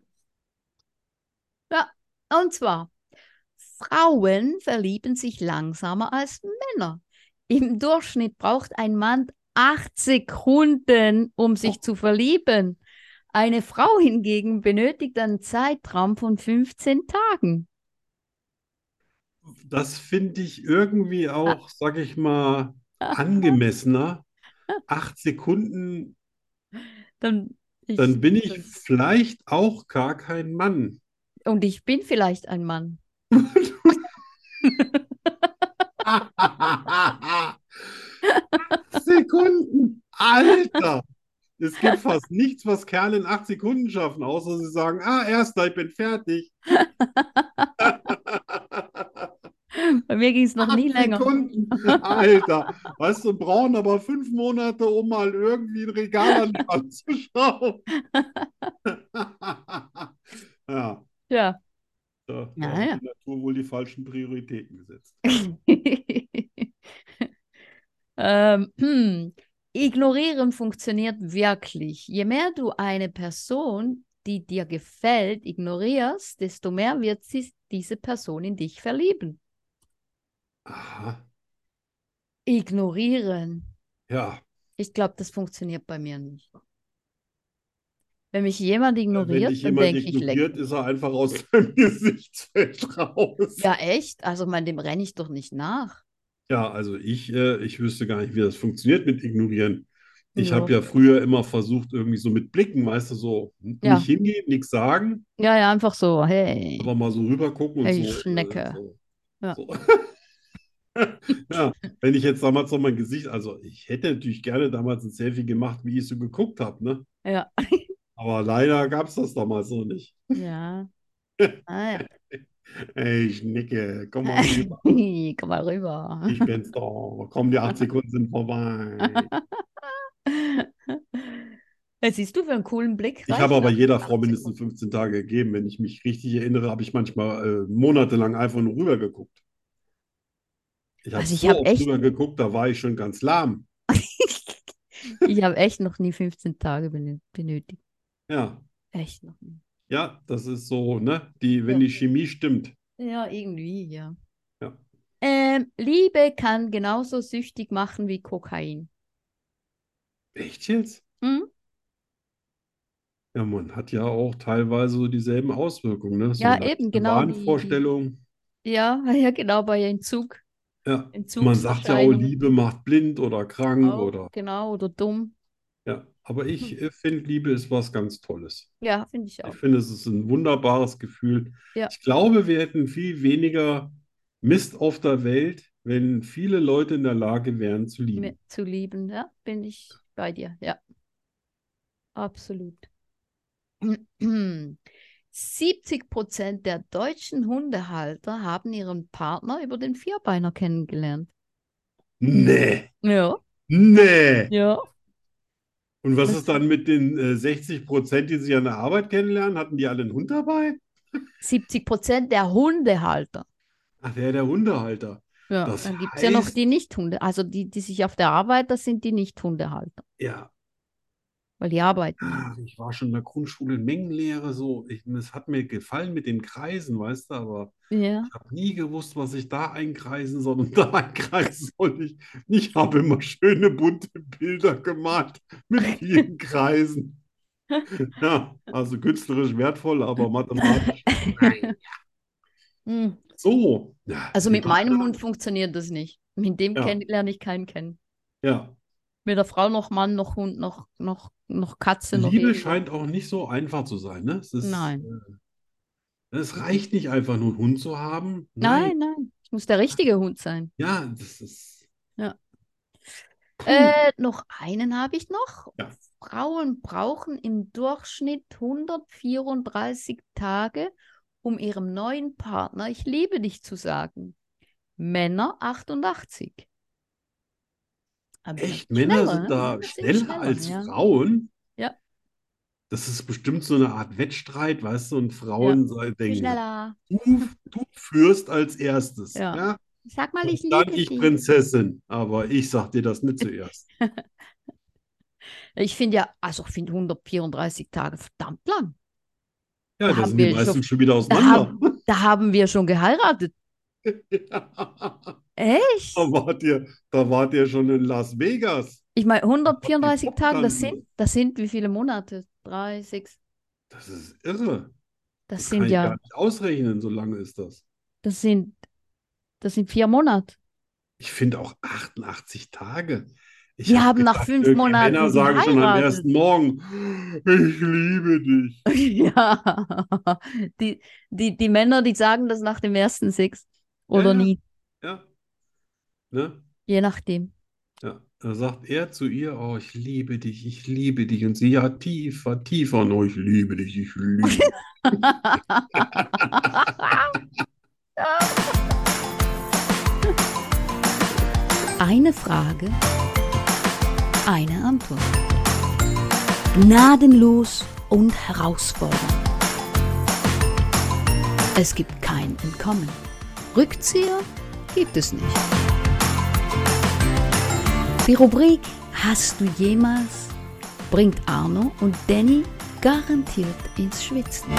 Speaker 1: Ja, und zwar, Frauen verlieben sich langsamer als Männer. Im Durchschnitt braucht ein Mann acht Sekunden, um sich zu verlieben. Eine Frau hingegen benötigt einen Zeitraum von 15 Tagen.
Speaker 2: Das finde ich irgendwie
Speaker 1: Ah.
Speaker 2: auch, sag ich mal, angemessener. Acht Sekunden,
Speaker 1: Dann, ich,
Speaker 2: dann bin ich
Speaker 1: das-
Speaker 2: vielleicht auch gar kein Mann.
Speaker 1: Und ich bin vielleicht ein Mann.
Speaker 2: Acht Sekunden. Alter. Es gibt fast nichts, was Kerle in acht Sekunden schaffen, außer sie sagen, ah, erster, ich bin fertig.
Speaker 1: Bei mir ging es noch nie
Speaker 2: Acht
Speaker 1: länger.
Speaker 2: Sekunden. Alter. Weißt du, brauchen aber fünf Monate, um mal irgendwie ein Regal an die Wand zu schrauben. Ja,
Speaker 1: Ja.
Speaker 2: da, da
Speaker 1: Ja,
Speaker 2: hat
Speaker 1: ja.
Speaker 2: die Natur wohl die falschen Prioritäten gesetzt.
Speaker 1: ähm, hm. Ignorieren funktioniert wirklich. Je mehr du eine Person, die dir gefällt, ignorierst, desto mehr wird sie, diese Person in dich verlieben.
Speaker 2: Aha.
Speaker 1: Ignorieren.
Speaker 2: Ja.
Speaker 1: Ich glaube, das funktioniert bei mir nicht. Wenn mich jemand ignoriert,
Speaker 2: Wenn dich
Speaker 1: dann
Speaker 2: jemand
Speaker 1: denke ich, leck
Speaker 2: ignoriert, ist er einfach aus deinem Gesichtsfeld raus.
Speaker 1: Ja, echt? Also, man, dem renne ich doch nicht nach.
Speaker 2: Ja, also ich, äh, ich wüsste gar nicht, wie das funktioniert mit Ignorieren. Ich
Speaker 1: Ja.
Speaker 2: habe ja früher immer versucht, irgendwie so mit Blicken, weißt du, so n-
Speaker 1: Ja.
Speaker 2: nicht hingehen, nichts sagen,
Speaker 1: Ja, ja, einfach so, hey.
Speaker 2: aber mal so rübergucken und
Speaker 1: Ey,
Speaker 2: so. äh,
Speaker 1: Schnecke.
Speaker 2: so.
Speaker 1: Ja.
Speaker 2: So. Ja, wenn ich jetzt damals noch mein Gesicht, also ich hätte natürlich gerne damals ein Selfie gemacht, wie ich so geguckt habe, ne?
Speaker 1: Ja.
Speaker 2: Aber leider gab es das damals noch nicht.
Speaker 1: Ja. Ah, ja.
Speaker 2: Ey, Schnecke, komm mal rüber.
Speaker 1: Komm mal rüber.
Speaker 2: Ich bin's doch. Komm, die acht Sekunden sind vorbei.
Speaker 1: Was Äh, siehst du für einen coolen Blick?
Speaker 2: Ich
Speaker 1: Reicht
Speaker 2: habe aber
Speaker 1: das?
Speaker 2: jeder
Speaker 1: Acht
Speaker 2: Frau mindestens
Speaker 1: Sekunden.
Speaker 2: 15 Tage gegeben. Wenn ich mich richtig erinnere, habe ich manchmal äh, monatelang einfach nur rübergeguckt. Ich habe
Speaker 1: Also ich
Speaker 2: so
Speaker 1: habe
Speaker 2: oft
Speaker 1: echt-
Speaker 2: rübergeguckt, da war ich schon ganz lahm.
Speaker 1: Ich habe echt noch nie 15 Tage benö- benötigt.
Speaker 2: Ja,
Speaker 1: Echt noch nie.
Speaker 2: ja, das ist so, ne? Die, wenn
Speaker 1: Ja.
Speaker 2: die Chemie stimmt.
Speaker 1: Ja, irgendwie, ja.
Speaker 2: Ja.
Speaker 1: Ähm, Liebe kann genauso süchtig machen wie Kokain.
Speaker 2: Echt jetzt?
Speaker 1: Mhm.
Speaker 2: Ja, man hat ja auch teilweise so dieselben Auswirkungen, ne? So
Speaker 1: Ja,
Speaker 2: leichte
Speaker 1: eben, genau, die- die-
Speaker 2: Wahnvorstellung.
Speaker 1: Ja, ja, genau, bei Entzug.
Speaker 2: Ja,
Speaker 1: Entzug
Speaker 2: man sagt ja auch, Liebe macht blind oder krank oder.
Speaker 1: Genau, oder dumm.
Speaker 2: Ja, aber ich äh, finde, Liebe ist was ganz Tolles.
Speaker 1: Mhm. Ja, finde ich auch.
Speaker 2: Ich finde, es ist ein wunderbares Gefühl.
Speaker 1: Ja.
Speaker 2: Ich glaube, wir hätten viel weniger Mist auf der Welt, wenn viele Leute in der Lage wären zu lieben.
Speaker 1: Mir zu lieben, ja, bin ich bei dir, ja. Absolut. 70 Prozent der deutschen Hundehalter haben ihren Partner über den Vierbeiner kennengelernt.
Speaker 2: Nee,
Speaker 1: Ja,
Speaker 2: nee.
Speaker 1: ja.
Speaker 2: Und was
Speaker 1: Das-
Speaker 2: ist dann mit den äh, 60 Prozent, die sich an der Arbeit kennenlernen? Hatten die alle einen Hund dabei?
Speaker 1: 70 Prozent der Hundehalter.
Speaker 2: Ach, der, der Hundehalter.
Speaker 1: Ja,
Speaker 2: Das
Speaker 1: dann gibt es ja noch
Speaker 2: heißt-
Speaker 1: die Nicht-Hunde. Also die, die sich auf der Arbeit, das sind die Nicht-Hundehalter,
Speaker 2: Ja,
Speaker 1: weil die arbeiten. nicht.
Speaker 2: ach, ich war schon in der Grundschule in Mengenlehre so. Ich, es hat mir gefallen mit den Kreisen, weißt du, aber
Speaker 1: Ja,
Speaker 2: ich habe nie gewusst, was ich da einkreisen soll und da einkreisen soll. Ich, ich habe immer schöne bunte Bilder gemalt mit vielen Kreisen. Ja, also künstlerisch wertvoll, aber mathematisch. Nein.
Speaker 1: Hm.
Speaker 2: So. Ja,
Speaker 1: Also mit
Speaker 2: die-
Speaker 1: meinem Hund funktioniert das nicht. Mit dem
Speaker 2: Ja.
Speaker 1: kenn, lerne ich keinen kennen.
Speaker 2: Ja,
Speaker 1: Weder Frau noch Mann noch Hund noch, noch, noch Katze noch
Speaker 2: Liebe
Speaker 1: irgendwas.
Speaker 2: scheint auch nicht so einfach zu sein, ne? Es ist,
Speaker 1: Nein.
Speaker 2: äh, es reicht nicht einfach nur einen Hund zu haben.
Speaker 1: Nein, nein, es muss der richtige Hund sein.
Speaker 2: Ja, das ist.
Speaker 1: Ja.
Speaker 2: Puh.
Speaker 1: Äh, noch einen habe ich noch.
Speaker 2: Hm. Ja.
Speaker 1: Frauen brauchen im Durchschnitt 134 Tage, um ihrem neuen Partner Ich liebe dich zu sagen. Männer 88. Aber die
Speaker 2: Echt, Männer
Speaker 1: schneller, ne?
Speaker 2: sind da
Speaker 1: Männer sind
Speaker 2: schneller als
Speaker 1: ja.
Speaker 2: Frauen?
Speaker 1: Ja.
Speaker 2: Das ist bestimmt so eine Art Wettstreit, weißt du, und Frauen sei-
Speaker 1: Viel
Speaker 2: denken,
Speaker 1: schneller.
Speaker 2: du, du führst als erstes,
Speaker 1: Ja.
Speaker 2: ja?
Speaker 1: Sag mal,
Speaker 2: Und
Speaker 1: ich
Speaker 2: dann
Speaker 1: liebe
Speaker 2: ich
Speaker 1: dich.
Speaker 2: Prinzessin, aber ich sag dir das nicht zuerst.
Speaker 1: Ich finde ja, also ich finde 134 Tage verdammt lang. Da
Speaker 2: Ja, da
Speaker 1: haben
Speaker 2: sind die
Speaker 1: wir
Speaker 2: meisten
Speaker 1: schon-
Speaker 2: schon wieder
Speaker 1: Da
Speaker 2: auseinander.
Speaker 1: haben, da haben wir schon geheiratet.
Speaker 2: Ja.
Speaker 1: Echt?
Speaker 2: Da wart ihr, da wart ihr schon in Las Vegas.
Speaker 1: Ich meine, 134
Speaker 2: Top
Speaker 1: Tage, das
Speaker 2: dann-
Speaker 1: sind, das sind wie viele Monate? Drei, sechs.
Speaker 2: Das ist irre.
Speaker 1: Das
Speaker 2: Kann
Speaker 1: sind
Speaker 2: ich
Speaker 1: ja,
Speaker 2: gar nicht ausrechnen, so lange ist das.
Speaker 1: das sind, das sind vier Monate.
Speaker 2: Ich finde auch 88 Tage. Ich
Speaker 1: Wir
Speaker 2: hab
Speaker 1: haben nach
Speaker 2: gedacht,
Speaker 1: fünf
Speaker 2: irgendwie
Speaker 1: Monaten
Speaker 2: Männer sagen schon am
Speaker 1: geheiratet.
Speaker 2: ersten Morgen, ich liebe dich.
Speaker 1: Ja. Die, die, die Männer, die sagen das nach dem ersten Sex. Oder
Speaker 2: Ja, ja.
Speaker 1: nie,
Speaker 2: Ja. Ne?
Speaker 1: je nachdem.
Speaker 2: Ja. Da sagt er zu ihr, oh, ich liebe dich, ich liebe dich. Und sie, ja, tiefer, tiefer. Und oh, ich liebe dich, ich liebe dich.
Speaker 3: Eine Frage, eine Antwort. Gnadenlos und herausfordernd. Es gibt kein Entkommen. Rückzieher gibt es nicht. Die Rubrik Hast du jemals? Bringt Arno und Danny garantiert ins Schwitzen.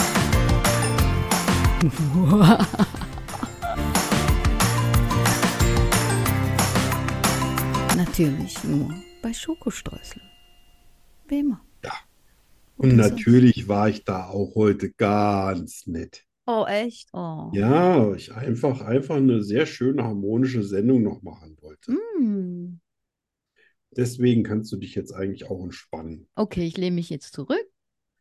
Speaker 3: Natürlich nur bei Schokostreuseln. Wie immer.
Speaker 2: Und natürlich war ich da auch heute ganz nett.
Speaker 1: Oh, echt? Oh.
Speaker 2: Ja, weil ich einfach, einfach eine sehr schöne harmonische Sendung noch machen wollte.
Speaker 1: Mm.
Speaker 2: Deswegen kannst du dich jetzt eigentlich auch entspannen.
Speaker 1: Okay, ich lehne mich jetzt zurück.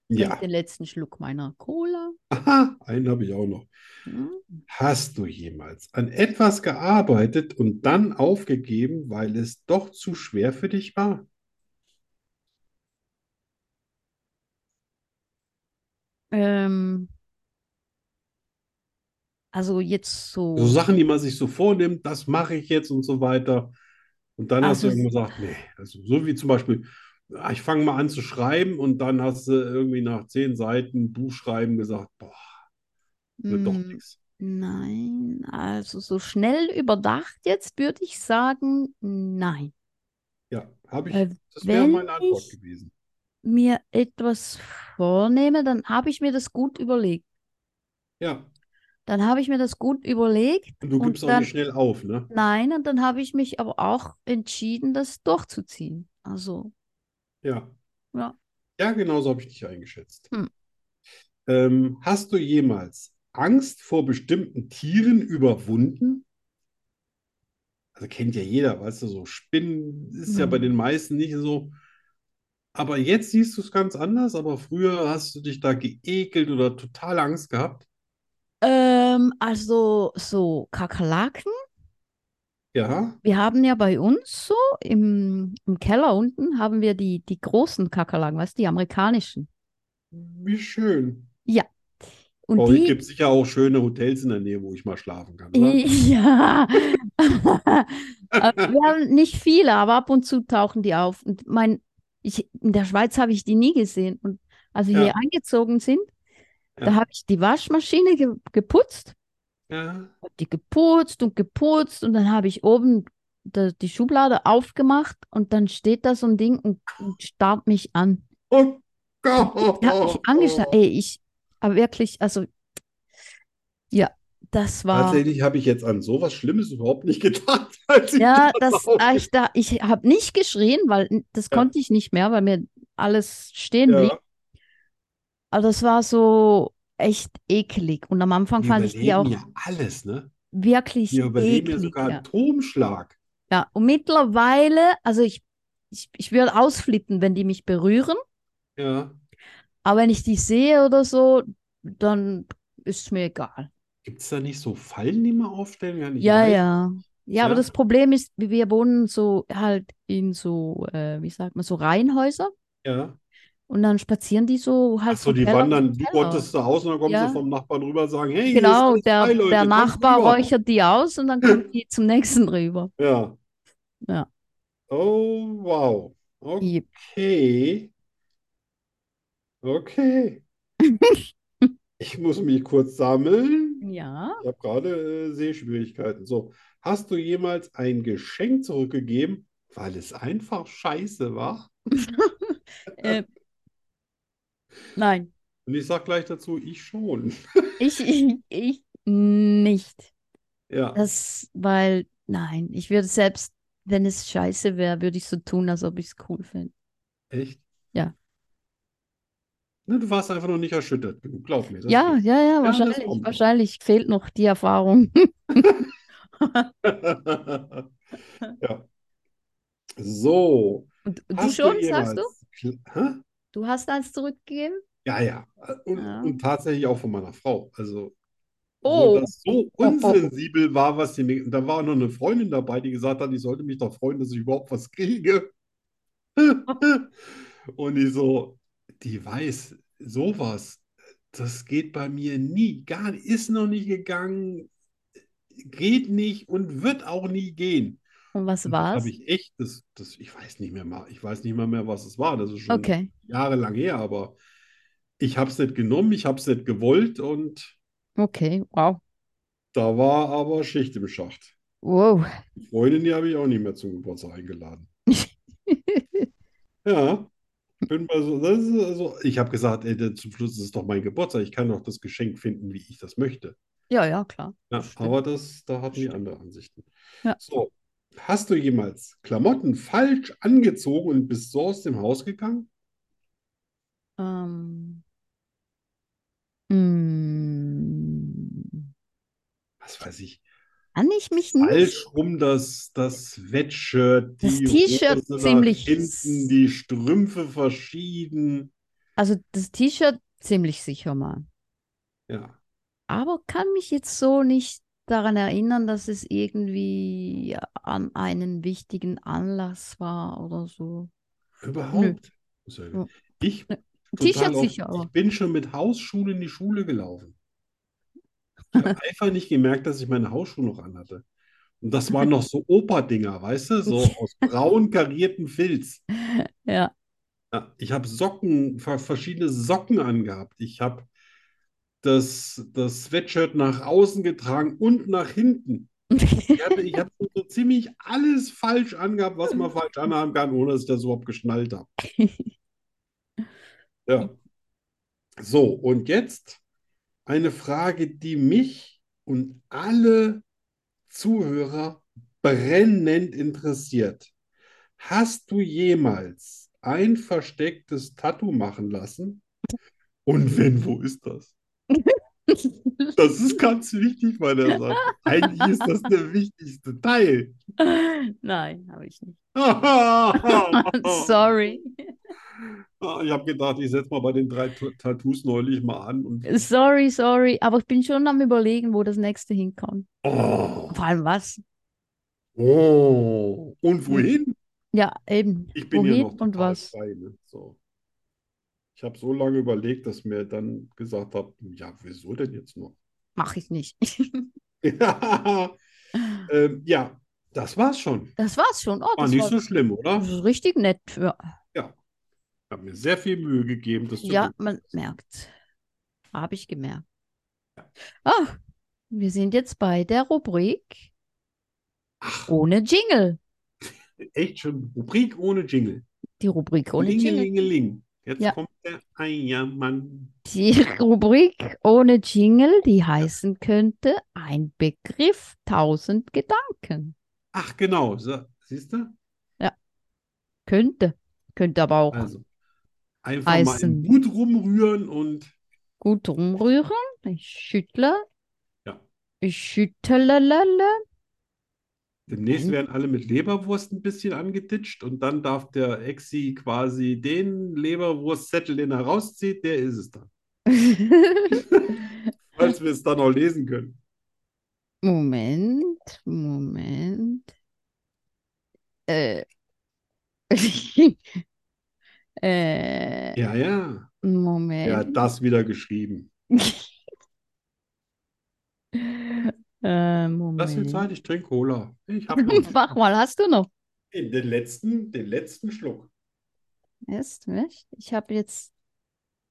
Speaker 1: trinke
Speaker 2: Ja,
Speaker 1: Den letzten Schluck meiner Cola.
Speaker 2: aha, einen habe ich auch noch.
Speaker 1: Hm?
Speaker 2: Hast du jemals an etwas gearbeitet und dann aufgegeben, weil es doch zu schwer für dich war?
Speaker 1: Ähm, also jetzt so.
Speaker 2: So Sachen, die man sich so vornimmt, das mache ich jetzt und so weiter. Und dann hast du
Speaker 1: Also-
Speaker 2: irgendwann gesagt, nee, also so wie zum Beispiel, ah, ich fange mal an zu schreiben und dann hast du irgendwie nach zehn Seiten Buchschreiben gesagt, boah, wird doch
Speaker 1: mm,
Speaker 2: nichts.
Speaker 1: Nein, also so schnell überdacht jetzt würde ich sagen, nein.
Speaker 2: Ja, habe ich,
Speaker 1: Äh,
Speaker 2: das wäre
Speaker 1: wenn
Speaker 2: meine Antwort
Speaker 1: ich-
Speaker 2: gewesen.
Speaker 1: Mir etwas vornehme, dann habe ich mir das gut überlegt.
Speaker 2: Ja,
Speaker 1: Dann habe ich mir das gut überlegt
Speaker 2: und du
Speaker 1: und
Speaker 2: gibst auch
Speaker 1: dann
Speaker 2: nicht schnell auf, ne?
Speaker 1: nein, und dann habe ich mich aber auch entschieden, das durchzuziehen. Also,
Speaker 2: Ja.
Speaker 1: Ja.
Speaker 2: Ja, genau so habe ich dich eingeschätzt.
Speaker 1: Hm.
Speaker 2: Ähm, hast du jemals Angst vor bestimmten Tieren überwunden? Also kennt ja jeder, weißt du, so Spinnen ist ja bei
Speaker 1: Hm.
Speaker 2: den meisten nicht so. Aber jetzt siehst du es ganz anders, aber früher hast du dich da geekelt oder total Angst gehabt.
Speaker 1: ähm, also so Kakerlaken.
Speaker 2: Ja,
Speaker 1: Wir haben ja bei uns so im, im Keller unten haben wir die, die großen Kakerlaken, weißt du, die amerikanischen.
Speaker 2: wie schön.
Speaker 1: Und
Speaker 2: Bei euch
Speaker 1: die,
Speaker 2: gibt es sicher auch schöne Hotels in der Nähe, wo ich mal schlafen kann, oder?
Speaker 1: ja. Aber wir haben nicht viele, aber ab und zu tauchen die auf. Und mein, ich, in der Schweiz habe ich die nie gesehen. Und als wir
Speaker 2: Ja.
Speaker 1: hier eingezogen sind, da
Speaker 2: Ja.
Speaker 1: habe ich die Waschmaschine ge geputzt,
Speaker 2: Ja.
Speaker 1: hab die geputzt und geputzt und dann habe ich oben da, die Schublade aufgemacht und dann steht da so ein Ding und, und starrt mich an.
Speaker 2: Oh
Speaker 1: Ich habe mich
Speaker 2: Gott.
Speaker 1: angeschnallt. Ey, ich, aber wirklich, also, ja, das war,
Speaker 2: Tatsächlich habe ich jetzt an sowas Schlimmes überhaupt nicht gedacht, als ich
Speaker 1: ja,
Speaker 2: das
Speaker 1: das, ah,
Speaker 2: auch-
Speaker 1: ich da, ich habe nicht geschrien, weil n- das
Speaker 2: Genau. Ja.
Speaker 1: konnte ich nicht mehr, weil mir alles stehen
Speaker 2: Ja.
Speaker 1: blieb. Aber das war so echt eklig. Und am Anfang
Speaker 2: Wir
Speaker 1: fand ich die auch
Speaker 2: überleben ja alles, ne?
Speaker 1: wirklich
Speaker 2: Wir überleben ja
Speaker 1: eklig.
Speaker 2: sogar
Speaker 1: ja.
Speaker 2: Atomschlag.
Speaker 1: ja, und mittlerweile, also ich, ich, ich würde ausflippen, wenn die mich berühren.
Speaker 2: Ja.
Speaker 1: Aber wenn ich die sehe oder so, dann ist mir egal.
Speaker 2: Gibt es da nicht so Fallen, die man aufstellen kann? Ich
Speaker 1: Ja,
Speaker 2: weiß-
Speaker 1: ja. Ja, aber
Speaker 2: Ja.
Speaker 1: das Problem ist, wir- wir wohnen so halt in so, äh, wie sagt man, so Reihenhäuser
Speaker 2: Ja.
Speaker 1: und dann spazieren die so halt
Speaker 2: Ach so,
Speaker 1: vom
Speaker 2: die
Speaker 1: Keller
Speaker 2: wandern,
Speaker 1: zum
Speaker 2: du
Speaker 1: Keller.
Speaker 2: wolltest da raus und dann kommst
Speaker 1: Ja.
Speaker 2: du vom Nachbarn rüber und sagen, hey, hier ist
Speaker 1: Genau,
Speaker 2: alles
Speaker 1: der,
Speaker 2: frei, Leute,
Speaker 1: der
Speaker 2: kommt
Speaker 1: Nachbar
Speaker 2: rüber.
Speaker 1: räuchert die aus und dann kommt die zum nächsten rüber.
Speaker 2: Ja.
Speaker 1: Ja.
Speaker 2: Oh, wow.
Speaker 1: Yep.
Speaker 2: Okay. Okay. Ich muss mich kurz sammeln.
Speaker 1: Ja.
Speaker 2: Ich habe gerade äh, Sehschwierigkeiten. So, hast du jemals ein Geschenk zurückgegeben, weil es einfach scheiße war?
Speaker 1: Äh, nein,
Speaker 2: Und ich sage gleich dazu, ich schon.
Speaker 1: ich, ich, ich nicht.
Speaker 2: Ja,
Speaker 1: Das, weil, nein, ich würde selbst, wenn es scheiße wäre, würde ich so tun, als ob ich es cool finde.
Speaker 2: echt?
Speaker 1: Ja.
Speaker 2: Ne, du warst einfach noch nicht erschüttert genug, glaub mir. das
Speaker 1: Ja, ja, ja,
Speaker 2: das
Speaker 1: wahrscheinlich.
Speaker 2: kommt noch.
Speaker 1: Wahrscheinlich fehlt noch die Erfahrung.
Speaker 2: geht. Ja. So,
Speaker 1: Und du
Speaker 2: hast du eh
Speaker 1: schon, sagst du?
Speaker 2: jemals? Hä?
Speaker 1: Du hast eins zurückgegeben?
Speaker 2: Ja, ja. Und,
Speaker 1: Ja.
Speaker 2: und tatsächlich auch von meiner Frau. Also,
Speaker 1: Oh.
Speaker 2: wo das so unsensibel war, was sie mir. Und da war auch noch eine Freundin dabei, die gesagt hat, ich sollte mich doch freuen, dass ich überhaupt was kriege. Und ich so, die weiß, sowas, das geht bei mir nie. Gar ist noch nie gegangen, geht nicht und wird auch nie gehen.
Speaker 1: Und was
Speaker 2: Und das
Speaker 1: war's?
Speaker 2: habe ich echt, das, das, ich weiß nicht mehr mal, ich weiß nicht mal mehr, was es war. Das ist schon
Speaker 1: Okay.
Speaker 2: jahrelang her, aber ich habe es nicht genommen, ich habe es nicht gewollt und
Speaker 1: Okay, wow.
Speaker 2: da war aber Schicht im Schacht.
Speaker 1: Wow.
Speaker 2: Die Freundin, die habe ich auch nicht mehr zum Geburtstag eingeladen. Ja, bin bei so, das ist also, ich habe gesagt, ey, der- zum Schluss ist es doch mein Geburtstag. Ich kann doch das Geschenk finden, wie ich das möchte.
Speaker 1: Ja, ja, klar.
Speaker 2: Ja,
Speaker 1: Stimmt.
Speaker 2: aber das, da hatten wir andere Ansichten.
Speaker 1: Ja.
Speaker 2: So, hast du jemals Klamotten falsch angezogen und bist so aus dem Haus gegangen?
Speaker 1: Ähm. Mm.
Speaker 2: Was weiß ich,
Speaker 1: Kann ich mich nicht?
Speaker 2: falsch rum das, das Wettshirt,
Speaker 1: Das
Speaker 2: die
Speaker 1: T-Shirt
Speaker 2: Hose nach
Speaker 1: ziemlich-
Speaker 2: hinten, die Strümpfe verschieden.
Speaker 1: Also das T-Shirt ziemlich sicher mal.
Speaker 2: Ja,
Speaker 1: Aber kann mich jetzt so nicht daran erinnern, dass es irgendwie an einen wichtigen Anlass war oder so.
Speaker 2: überhaupt. Sorry. Ich
Speaker 1: T-Shirt
Speaker 2: total oft,
Speaker 1: sicher,
Speaker 2: ich
Speaker 1: aber.
Speaker 2: bin schon mit Hausschuhen in die Schule gelaufen. Ich habe einfach nicht gemerkt, dass ich meine Hausschuhe noch anhatte. Und das waren noch so Operdinger, weißt du, so aus braun kariertem Filz.
Speaker 1: Ja.
Speaker 2: Ja, ich habe Socken, ver verschiedene Socken angehabt. Ich habe das, das Sweatshirt nach außen getragen und nach hinten. Ich habe ich hab so- so ziemlich alles falsch angehabt, was man falsch anhaben kann, ohne dass ich das überhaupt geschnallt habe. Ja. So, und jetzt eine Frage, die mich und alle Zuhörer brennend interessiert. Hast du jemals ein verstecktes Tattoo machen lassen? Und wenn, wo ist das? Das ist ganz wichtig bei der Sache. Eigentlich ist das der wichtigste Teil.
Speaker 1: Nein, habe ich nicht. Sorry.
Speaker 2: Sorry. Ich habe gedacht, ich setze mal bei den drei Tu- Tattoos neulich mal an und
Speaker 1: Sorry, sorry. Aber ich bin schon am Überlegen, wo das nächste hinkommt.
Speaker 2: oh,
Speaker 1: Vor allem was?
Speaker 2: oh. Und wohin?
Speaker 1: Ja, eben.
Speaker 2: Ich bin
Speaker 1: Hm.
Speaker 2: ja
Speaker 1: Wohin
Speaker 2: noch
Speaker 1: und
Speaker 2: total
Speaker 1: was?
Speaker 2: frei, ne? So. Ich habe so lange überlegt, dass mir dann gesagt habe, ja, wieso denn jetzt noch?
Speaker 1: Mache ich nicht.
Speaker 2: ähm, ja, das war's schon.
Speaker 1: Das war's schon. Oh,
Speaker 2: War
Speaker 1: das
Speaker 2: nicht
Speaker 1: war
Speaker 2: so schlimm, oder?
Speaker 1: das ist richtig nett. Ja,
Speaker 2: Ich habe mir sehr viel Mühe gegeben, das zu
Speaker 1: ja
Speaker 2: tun.
Speaker 1: man merkt. Habe ich gemerkt. Ah, wir sind jetzt bei der Rubrik ohne Jingle.
Speaker 2: Echt schon Rubrik ohne Jingle.
Speaker 1: Die Rubrik ohne Jingle.
Speaker 2: Klingelingeling. Jetzt
Speaker 1: Ja.
Speaker 2: kommt der Eiermann.
Speaker 1: Die Rubrik ohne Jingle, die heißen könnte Ein Begriff, tausend Gedanken.
Speaker 2: Ach, genau. So, siehst du?
Speaker 1: Könnte. Könnte aber auch
Speaker 2: Also, einfach mal
Speaker 1: Eisen.
Speaker 2: im Mut rumrühren und
Speaker 1: gut rumrühren. Ich schüttle.
Speaker 2: Ja.
Speaker 1: Ich schüttelelele.
Speaker 2: demnächst
Speaker 1: Mhm.
Speaker 2: werden alle mit Leberwurst ein bisschen angeditscht und dann darf der Exi quasi den Leberwurstzettel, den er rauszieht, der ist es dann. Falls wir es dann noch lesen können.
Speaker 1: Moment, Moment. Äh. Äh,
Speaker 2: Ja, ja. Er hat
Speaker 1: Moment.
Speaker 2: das wieder geschrieben.
Speaker 1: Äh,
Speaker 2: Lass mir
Speaker 1: Moment.
Speaker 2: Zeit, ich trinke Cola. Ich habe noch
Speaker 1: Mach mal, hast du noch?
Speaker 2: den, den letzten, den letzten Schluck.
Speaker 1: Ist nicht? Ich habe jetzt,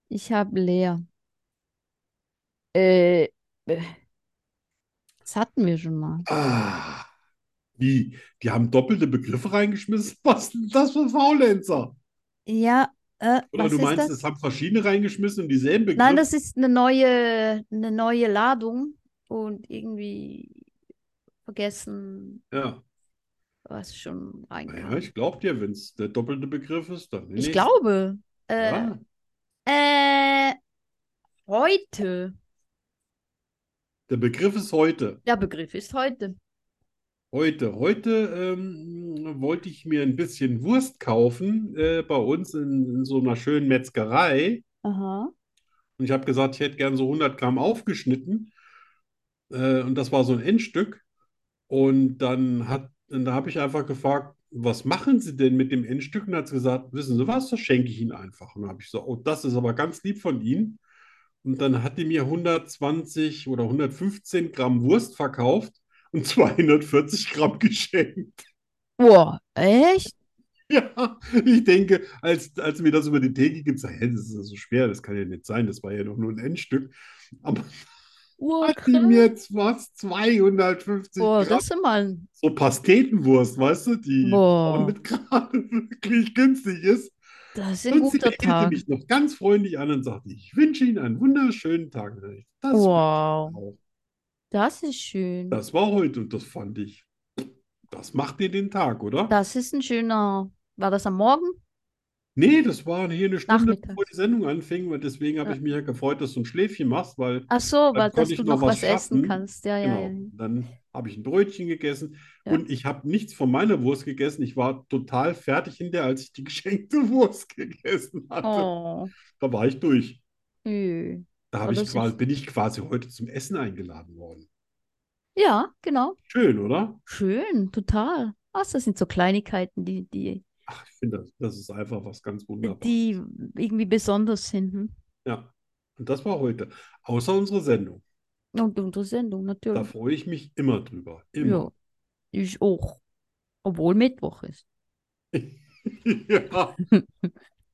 Speaker 1: ich habe leer. Äh, äh. das hatten wir schon mal.
Speaker 2: Ah, wie? Die haben doppelte Begriffe reingeschmissen? Was ist denn das für Faulenzer?
Speaker 1: Ja, äh,
Speaker 2: Oder
Speaker 1: was
Speaker 2: du
Speaker 1: ist das?
Speaker 2: meinst, es haben verschiedene reingeschmissen und dieselben Begriffe?
Speaker 1: Nein, das ist eine neue, eine neue Ladung und irgendwie vergessen,
Speaker 2: Ja,
Speaker 1: was schon
Speaker 2: naja,
Speaker 1: reinkam.
Speaker 2: ich glaube dir, wenn es der doppelte Begriff ist, dann
Speaker 1: Ich
Speaker 2: nicht.
Speaker 1: glaube, äh,
Speaker 2: Ja,
Speaker 1: äh, heute,
Speaker 2: der Begriff ist heute.
Speaker 1: der Begriff ist heute.
Speaker 2: Heute, heute ähm, wollte ich mir ein bisschen Wurst kaufen äh, bei uns in, in so einer schönen Metzgerei.
Speaker 1: Aha.
Speaker 2: Und ich habe gesagt, ich hätte gern so 100 Gramm aufgeschnitten. Äh, und das war so ein Endstück. Und dann hat, und da habe ich einfach gefragt, was machen Sie denn mit dem Endstück? Und hat sie gesagt, wissen Sie was, das schenke ich Ihnen einfach. Und dann habe ich so, oh, das ist aber ganz lieb von Ihnen. Und dann hat die mir 120 oder 115 Gramm Wurst verkauft und 240 Gramm geschenkt.
Speaker 1: Boah, echt?
Speaker 2: Ja, ich denke, als, als mir das über die Theke gibt, sag, hä, das ist ja so schwer, das kann ja nicht sein, das war ja doch nur ein Endstück. Aber
Speaker 1: Wow,
Speaker 2: Hat die mir jetzt was? 250
Speaker 1: Oh, boah,
Speaker 2: Gramm.
Speaker 1: das ist mal ein.
Speaker 2: So Pastetenwurst, weißt du, die
Speaker 1: Boah.
Speaker 2: damit gerade wirklich günstig ist.
Speaker 1: Das ist ein
Speaker 2: Und sie
Speaker 1: guter
Speaker 2: redete
Speaker 1: Tag.
Speaker 2: mich noch ganz freundlich an und sagte, ich wünsche Ihnen einen wunderschönen Tag. Und ich, Das,
Speaker 1: Wow,
Speaker 2: auch.
Speaker 1: das ist schön.
Speaker 2: das war heute und das fand ich. Das macht dir den Tag, oder?
Speaker 1: Das ist ein schöner. War das am Morgen?
Speaker 2: Nee, das war hier eine Stunde,
Speaker 1: Nachmittags.
Speaker 2: bevor die Sendung anfing, weil deswegen habe
Speaker 1: Ja.
Speaker 2: ich mich ja gefreut, dass du ein Schläfchen machst, weil
Speaker 1: Ach so, weil,
Speaker 2: konnte
Speaker 1: dass
Speaker 2: ich
Speaker 1: du
Speaker 2: noch
Speaker 1: noch
Speaker 2: was
Speaker 1: was essen
Speaker 2: schaffen.
Speaker 1: kannst. Ja, Ah, ja,
Speaker 2: genau,
Speaker 1: ja.
Speaker 2: dann habe ich ein Brötchen gegessen
Speaker 1: Ja.
Speaker 2: und ich habe nichts von meiner Wurst gegessen. Ich war total fertig hinterher, als ich die geschenkte Wurst gegessen hatte.
Speaker 1: Oh,
Speaker 2: Da war ich durch.
Speaker 1: ü.
Speaker 2: Da
Speaker 1: Oh,
Speaker 2: habe ich
Speaker 1: das
Speaker 2: quasi,
Speaker 1: ist-
Speaker 2: bin ich quasi heute zum Essen eingeladen worden.
Speaker 1: ja, genau.
Speaker 2: Schön, oder?
Speaker 1: Schön, total. Ach, das sind so Kleinigkeiten, die, die,
Speaker 2: Ach, ich finde, das, das ist einfach was ganz Wunderbares.
Speaker 1: die irgendwie besonders sind. hm?
Speaker 2: Ja. Und das war heute. Außer unsere Sendung.
Speaker 1: Und unsere Sendung
Speaker 2: Da
Speaker 1: natürlich.
Speaker 2: freue ich mich immer drüber. Immer.
Speaker 1: Ja, ich auch. Obwohl Mittwoch ist.
Speaker 2: Ja.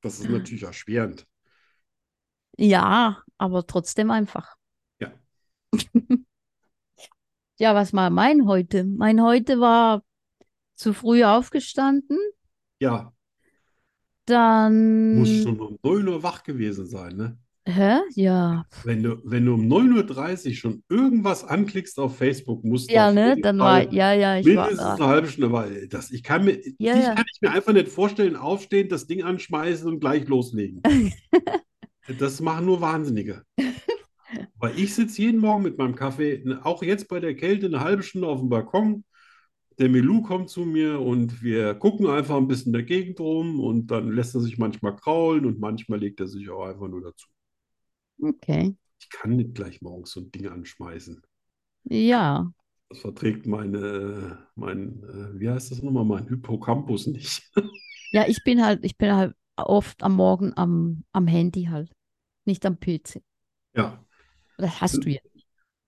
Speaker 2: Das ist natürlich erschwerend.
Speaker 1: Ja, aber trotzdem einfach.
Speaker 2: Ja.
Speaker 1: Ja, was war mein heute? Mein heute war zu früh aufgestanden,
Speaker 2: Ja,
Speaker 1: dann.
Speaker 2: muss
Speaker 1: Hm.
Speaker 2: schon um 9 Uhr wach gewesen sein, ne?
Speaker 1: Hä? Ja.
Speaker 2: Wenn du, wenn du um 9.30 Uhr schon irgendwas anklickst auf Facebook, musst du
Speaker 1: Ja,
Speaker 2: auf
Speaker 1: ne?
Speaker 2: jeden
Speaker 1: Dann
Speaker 2: Fall
Speaker 1: war, ja, ja, ich war
Speaker 2: Also mindestens
Speaker 1: da.
Speaker 2: eine halbe Stunde, weil das, ich kann mir,
Speaker 1: Ja,
Speaker 2: dich
Speaker 1: ja.
Speaker 2: kann ich mir einfach nicht vorstellen, aufstehen, das Ding anschmeißen und gleich loslegen. Das machen nur Wahnsinnige. Weil ich sitze jeden Morgen mit meinem Kaffee, ne, auch jetzt bei der Kälte, eine halbe Stunde auf dem Balkon. Der Milou kommt zu mir und wir gucken einfach ein bisschen in der Gegend rum und dann lässt er sich manchmal kraulen und manchmal legt er sich auch einfach nur dazu.
Speaker 1: Okay.
Speaker 2: Ich kann nicht gleich morgens so ein Ding anschmeißen.
Speaker 1: Ja.
Speaker 2: Das verträgt meine, mein, äh, wie heißt das nochmal, mein Hippocampus nicht.
Speaker 1: Ja, ich bin halt, ich bin halt oft am Morgen am, am Handy halt. Nicht am PC.
Speaker 2: Ja,
Speaker 1: Das hast du ja.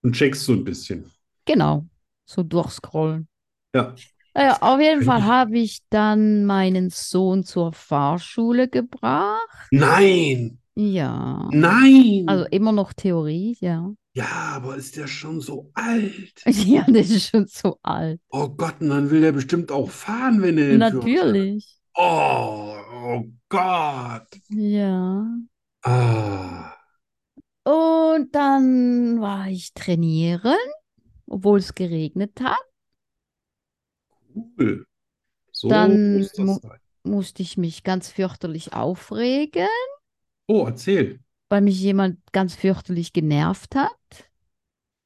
Speaker 2: und checkst so ein bisschen.
Speaker 1: Genau. So durchscrollen.
Speaker 2: Ja,
Speaker 1: Naja, auf jeden Fall
Speaker 2: könnte-
Speaker 1: habe ich dann meinen Sohn zur Fahrschule gebracht.
Speaker 2: nein, Mhm.
Speaker 1: Ja.
Speaker 2: nein.
Speaker 1: Also immer noch Theorie, ja.
Speaker 2: Ja, aber ist der schon so alt?
Speaker 1: Ja, das ist schon so alt.
Speaker 2: Oh Gott, und dann will er bestimmt auch fahren, wenn er den Führerschein hat.
Speaker 1: Natürlich.
Speaker 2: Oh, oh Gott.
Speaker 1: Ja.
Speaker 2: Ah,
Speaker 1: Und dann war ich trainieren, obwohl es geregnet hat.
Speaker 2: cool. So
Speaker 1: Dann
Speaker 2: muss das
Speaker 1: mu-
Speaker 2: sein.
Speaker 1: Musste ich mich ganz fürchterlich aufregen,
Speaker 2: Oh, erzähl.
Speaker 1: weil mich jemand ganz fürchterlich genervt hat.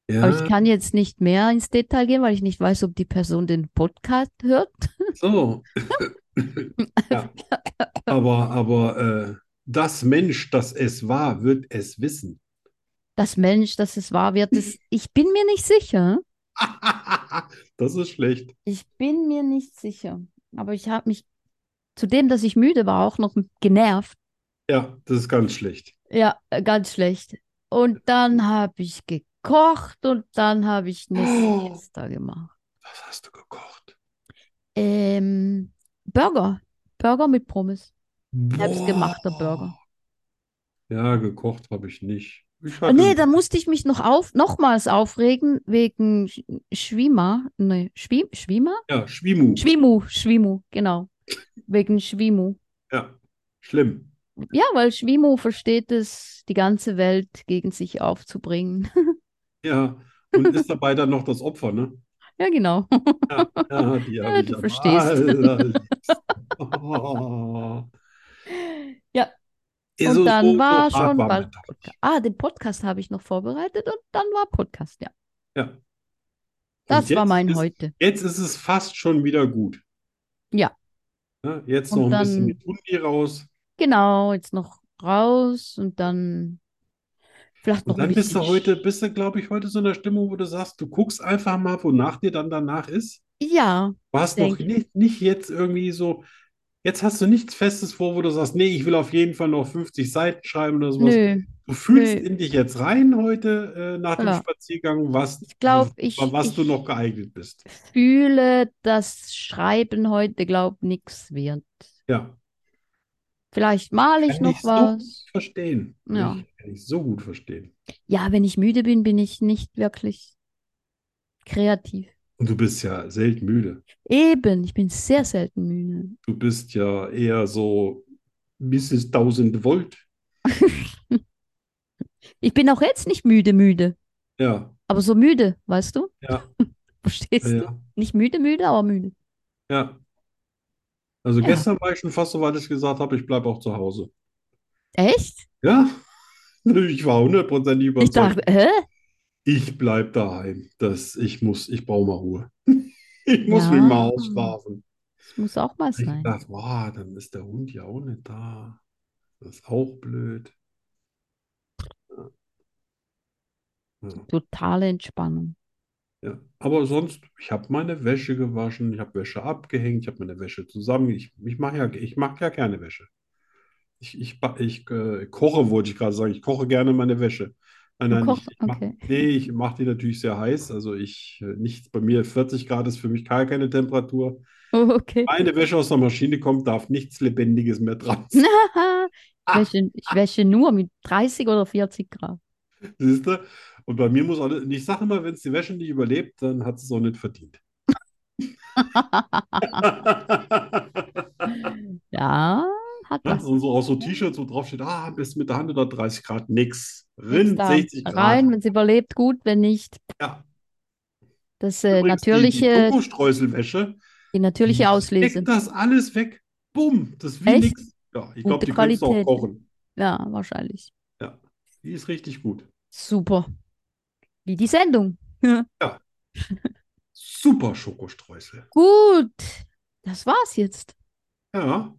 Speaker 1: Aber ich
Speaker 2: Ja,
Speaker 1: kann jetzt nicht mehr ins Detail gehen, weil ich nicht weiß, ob die Person den Podcast hört.
Speaker 2: so. Ja. Aber, aber äh, das Mensch, das es war, wird es wissen.
Speaker 1: Das Mensch, dass es wahr wird, das, ich bin mir nicht sicher.
Speaker 2: Das ist schlecht.
Speaker 1: Ich bin mir nicht sicher. Aber ich habe mich, zudem, dass ich müde war, auch noch genervt.
Speaker 2: Ja, das ist ganz schlecht.
Speaker 1: Ja, äh, ganz schlecht. Und dann habe ich gekocht und dann habe ich eine
Speaker 2: Oh.
Speaker 1: Siesta gemacht.
Speaker 2: Was hast du gekocht?
Speaker 1: Ähm, Burger. Burger mit Pommes. Selbstgemachter
Speaker 2: Boah.
Speaker 1: Burger.
Speaker 2: Ja, gekocht habe ich nicht. Ich
Speaker 1: Ah,
Speaker 2: hatte
Speaker 1: nee, da musste ich mich noch auf, nochmals aufregen wegen Sch- Schwima. Nee, Schwi, Schwima?
Speaker 2: ja, Schwimu.
Speaker 1: Schwimu, Schwimu, genau. Wegen Schwimu.
Speaker 2: Ja, schlimm.
Speaker 1: Ja, weil Schwimu versteht es, die ganze Welt gegen sich aufzubringen.
Speaker 2: Ja, und ist dabei dann noch das Opfer, ne?
Speaker 1: Ja, genau.
Speaker 2: Ja, ja, die
Speaker 1: Ja,
Speaker 2: habe ich
Speaker 1: du
Speaker 2: am
Speaker 1: verstehst.
Speaker 2: allerliebsten. Oh.
Speaker 1: Ja,
Speaker 2: Ist
Speaker 1: und
Speaker 2: so-
Speaker 1: dann
Speaker 2: so- so
Speaker 1: war
Speaker 2: hart
Speaker 1: schon
Speaker 2: war
Speaker 1: bald
Speaker 2: mein Tag.
Speaker 1: Podcast. Ah, den Podcast habe ich noch vorbereitet und dann war Podcast, ja.
Speaker 2: Ja. Und
Speaker 1: Das war
Speaker 2: jetzt
Speaker 1: mein
Speaker 2: ist,
Speaker 1: heute.
Speaker 2: Jetzt ist es fast schon wieder gut.
Speaker 1: Ja.
Speaker 2: Ja, jetzt
Speaker 1: Und
Speaker 2: noch ein bisschen
Speaker 1: dann-
Speaker 2: mit Hundi raus.
Speaker 1: Genau, jetzt noch raus und dann vielleicht noch
Speaker 2: Und
Speaker 1: ein
Speaker 2: dann bist du
Speaker 1: bisschen
Speaker 2: heute, bist du, glaube ich, heute so in der Stimmung, wo du sagst, du guckst einfach mal, wonach dir dann danach ist.
Speaker 1: Ja,
Speaker 2: Du hast noch
Speaker 1: Denke.
Speaker 2: nicht, nicht jetzt irgendwie so, jetzt hast du nichts Festes vor, wo du sagst, nee, ich will auf jeden Fall noch 50 Seiten schreiben oder sowas.
Speaker 1: nö.
Speaker 2: Du fühlst
Speaker 1: Nö.
Speaker 2: in dich jetzt rein heute äh, nach dem
Speaker 1: Ja.
Speaker 2: Spaziergang, was,
Speaker 1: Ich glaube, ich,
Speaker 2: was du
Speaker 1: ich
Speaker 2: noch geeignet bist.
Speaker 1: fühle, das Schreiben heute, glaube ich, nichts wird.
Speaker 2: Ja,
Speaker 1: Vielleicht male ich
Speaker 2: Kann
Speaker 1: noch
Speaker 2: ich so
Speaker 1: was.
Speaker 2: gut verstehen.
Speaker 1: Ja.
Speaker 2: Ich, kann ich so gut verstehen.
Speaker 1: Ja, wenn ich müde bin, bin ich nicht wirklich kreativ.
Speaker 2: Und du bist ja selten müde.
Speaker 1: Eben, ich bin sehr selten müde.
Speaker 2: Du bist ja eher so Mrs. 1000 Volt.
Speaker 1: Ich bin auch jetzt nicht müde, müde.
Speaker 2: Ja,
Speaker 1: Aber so müde, weißt du?
Speaker 2: Ja.
Speaker 1: Verstehst du?
Speaker 2: ja,
Speaker 1: Nicht müde, müde, aber müde.
Speaker 2: ja. Also
Speaker 1: Ja.
Speaker 2: gestern war ich schon fast so weit, dass ich gesagt habe, ich bleibe auch zu Hause.
Speaker 1: Echt?
Speaker 2: Ja, ich war hundertprozentig
Speaker 1: Ich
Speaker 2: überzeugt.
Speaker 1: dachte, hä?
Speaker 2: Ich bleib daheim. Das, ich muss, ich brauche mal Ruhe. Ich muss mich
Speaker 1: Ja.
Speaker 2: mal ausschlafen.
Speaker 1: Das muss auch mal
Speaker 2: Ich
Speaker 1: sein.
Speaker 2: dachte, wow, dann ist der Hund ja auch nicht da. Das ist auch blöd. Ja. Ja,
Speaker 1: Totale Entspannung.
Speaker 2: ja. Aber sonst, ich habe meine Wäsche gewaschen, ich habe Wäsche abgehängt, ich habe meine Wäsche zusammen. Ich, ich mache ja, ich mag ja gerne Wäsche. Ich, ich, ba- ich äh, koche, wollte ich gerade sagen. Ich koche gerne meine Wäsche. Nein,
Speaker 1: Du
Speaker 2: nein,
Speaker 1: kochst-
Speaker 2: ich, ich mach,
Speaker 1: okay.
Speaker 2: nee, ich mache die natürlich sehr heiß. Also ich, äh, nicht bei mir 40 Grad ist für mich gar keine Temperatur.
Speaker 1: Oh, okay.
Speaker 2: Meine Wäsche aus der Maschine kommt, darf nichts Lebendiges mehr dran. Ah.
Speaker 1: ich, wäsche, ich wäsche nur mit 30 oder 40 Grad.
Speaker 2: Siehst du? Und bei mir muss alles, und ich sage immer, wenn es die Wäsche nicht überlebt, dann hat sie es auch nicht verdient.
Speaker 1: Ja, hat
Speaker 2: Ja,
Speaker 1: was.
Speaker 2: Ne? so, so, auch so T-Shirts, wo drauf steht, ah, bist mit der Hand unter 30 Grad, nix.
Speaker 1: Nix
Speaker 2: Rin,
Speaker 1: da.
Speaker 2: 60 Grad.
Speaker 1: Rein, wenn es überlebt, gut, wenn nicht.
Speaker 2: Ja.
Speaker 1: Das äh,
Speaker 2: Übrigens, die,
Speaker 1: natürliche,
Speaker 2: die Kokoststreuselwäsche,
Speaker 1: die natürliche Auslese.
Speaker 2: deckt das alles weg. Bumm, das ist wie
Speaker 1: Echt?
Speaker 2: nix. Ja, ich glaube,
Speaker 1: Gute
Speaker 2: die könntest du auch
Speaker 1: Qualität.
Speaker 2: kochen.
Speaker 1: Ja, wahrscheinlich.
Speaker 2: Die ist richtig gut.
Speaker 1: Super. Wie die Sendung.
Speaker 2: Super Schokostreusel.
Speaker 1: Gut. Das war's jetzt.
Speaker 2: Ja.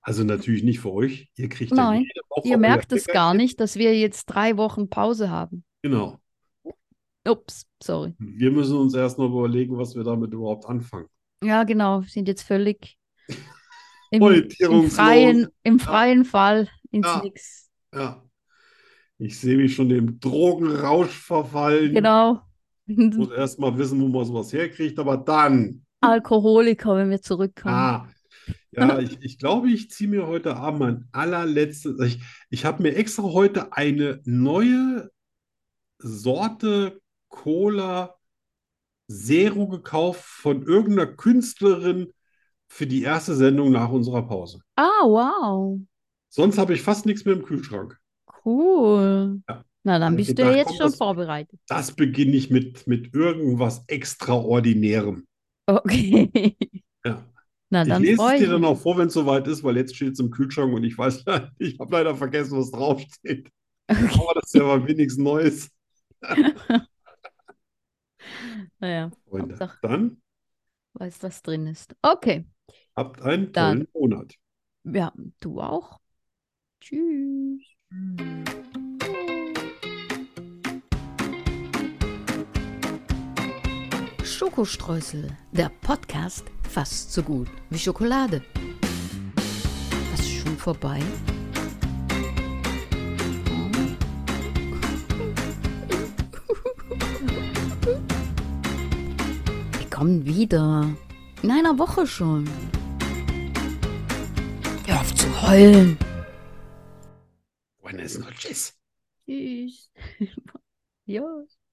Speaker 2: Also natürlich nicht für euch. Ihr kriegt Oh, ja
Speaker 1: Nein,
Speaker 2: jede Woche
Speaker 1: Ihr
Speaker 2: euer
Speaker 1: merkt es
Speaker 2: Leckerchen.
Speaker 1: gar nicht, dass wir jetzt drei Wochen Pause haben.
Speaker 2: Genau.
Speaker 1: Ups, sorry.
Speaker 2: Wir müssen uns erst mal überlegen, was wir damit überhaupt anfangen.
Speaker 1: Ja, genau. Wir sind jetzt völlig im, im
Speaker 2: Orientierungslos.
Speaker 1: freien, im freien Fall ins
Speaker 2: Ja.
Speaker 1: Nix.
Speaker 2: Ja. Ich sehe mich schon dem Drogenrausch verfallen.
Speaker 1: Genau.
Speaker 2: Muss erst mal wissen, wo man sowas herkriegt, aber dann.
Speaker 1: Alkoholiker, wenn wir zurückkommen.
Speaker 2: Ah, ja, ich, ich glaube, ich ziehe mir heute Abend mein allerletztes. also Ich, ich habe mir extra heute eine neue Sorte Cola Zero gekauft von irgendeiner Künstlerin für die erste Sendung nach unserer Pause.
Speaker 1: Ah, wow.
Speaker 2: Sonst habe ich fast nichts mehr im Kühlschrank.
Speaker 1: Cool.
Speaker 2: Ja.
Speaker 1: Na, dann
Speaker 2: Also
Speaker 1: bist du
Speaker 2: gedacht,
Speaker 1: ja jetzt
Speaker 2: komm,
Speaker 1: schon
Speaker 2: das-
Speaker 1: vorbereitet.
Speaker 2: Das beginne ich mit, mit irgendwas Extraordinärem.
Speaker 1: Okay.
Speaker 2: Ja.
Speaker 1: Na,
Speaker 2: Ich
Speaker 1: dann
Speaker 2: lese
Speaker 1: freu
Speaker 2: es
Speaker 1: ich
Speaker 2: dir dann
Speaker 1: mich.
Speaker 2: auch vor, wenn es soweit ist, weil jetzt steht es im Kühlschrank und ich weiß, ich habe leider vergessen, was draufsteht. Aber das ist ja mal wenigstens Neues,
Speaker 1: Naja,
Speaker 2: Freunde.
Speaker 1: Hauptsache.
Speaker 2: Dann
Speaker 1: weiß, was drin ist. Okay.
Speaker 2: habt einen
Speaker 1: Dann.
Speaker 2: tollen Monat.
Speaker 1: Ja, du auch. Tschüss.
Speaker 3: Schokostreusel, der Podcast fast so gut wie Schokolade. Was ist schon vorbei? Wir kommen wieder. In einer Woche schon. Hör auf zu heulen.
Speaker 2: Buenas noches.
Speaker 1: Tschüss. Adios.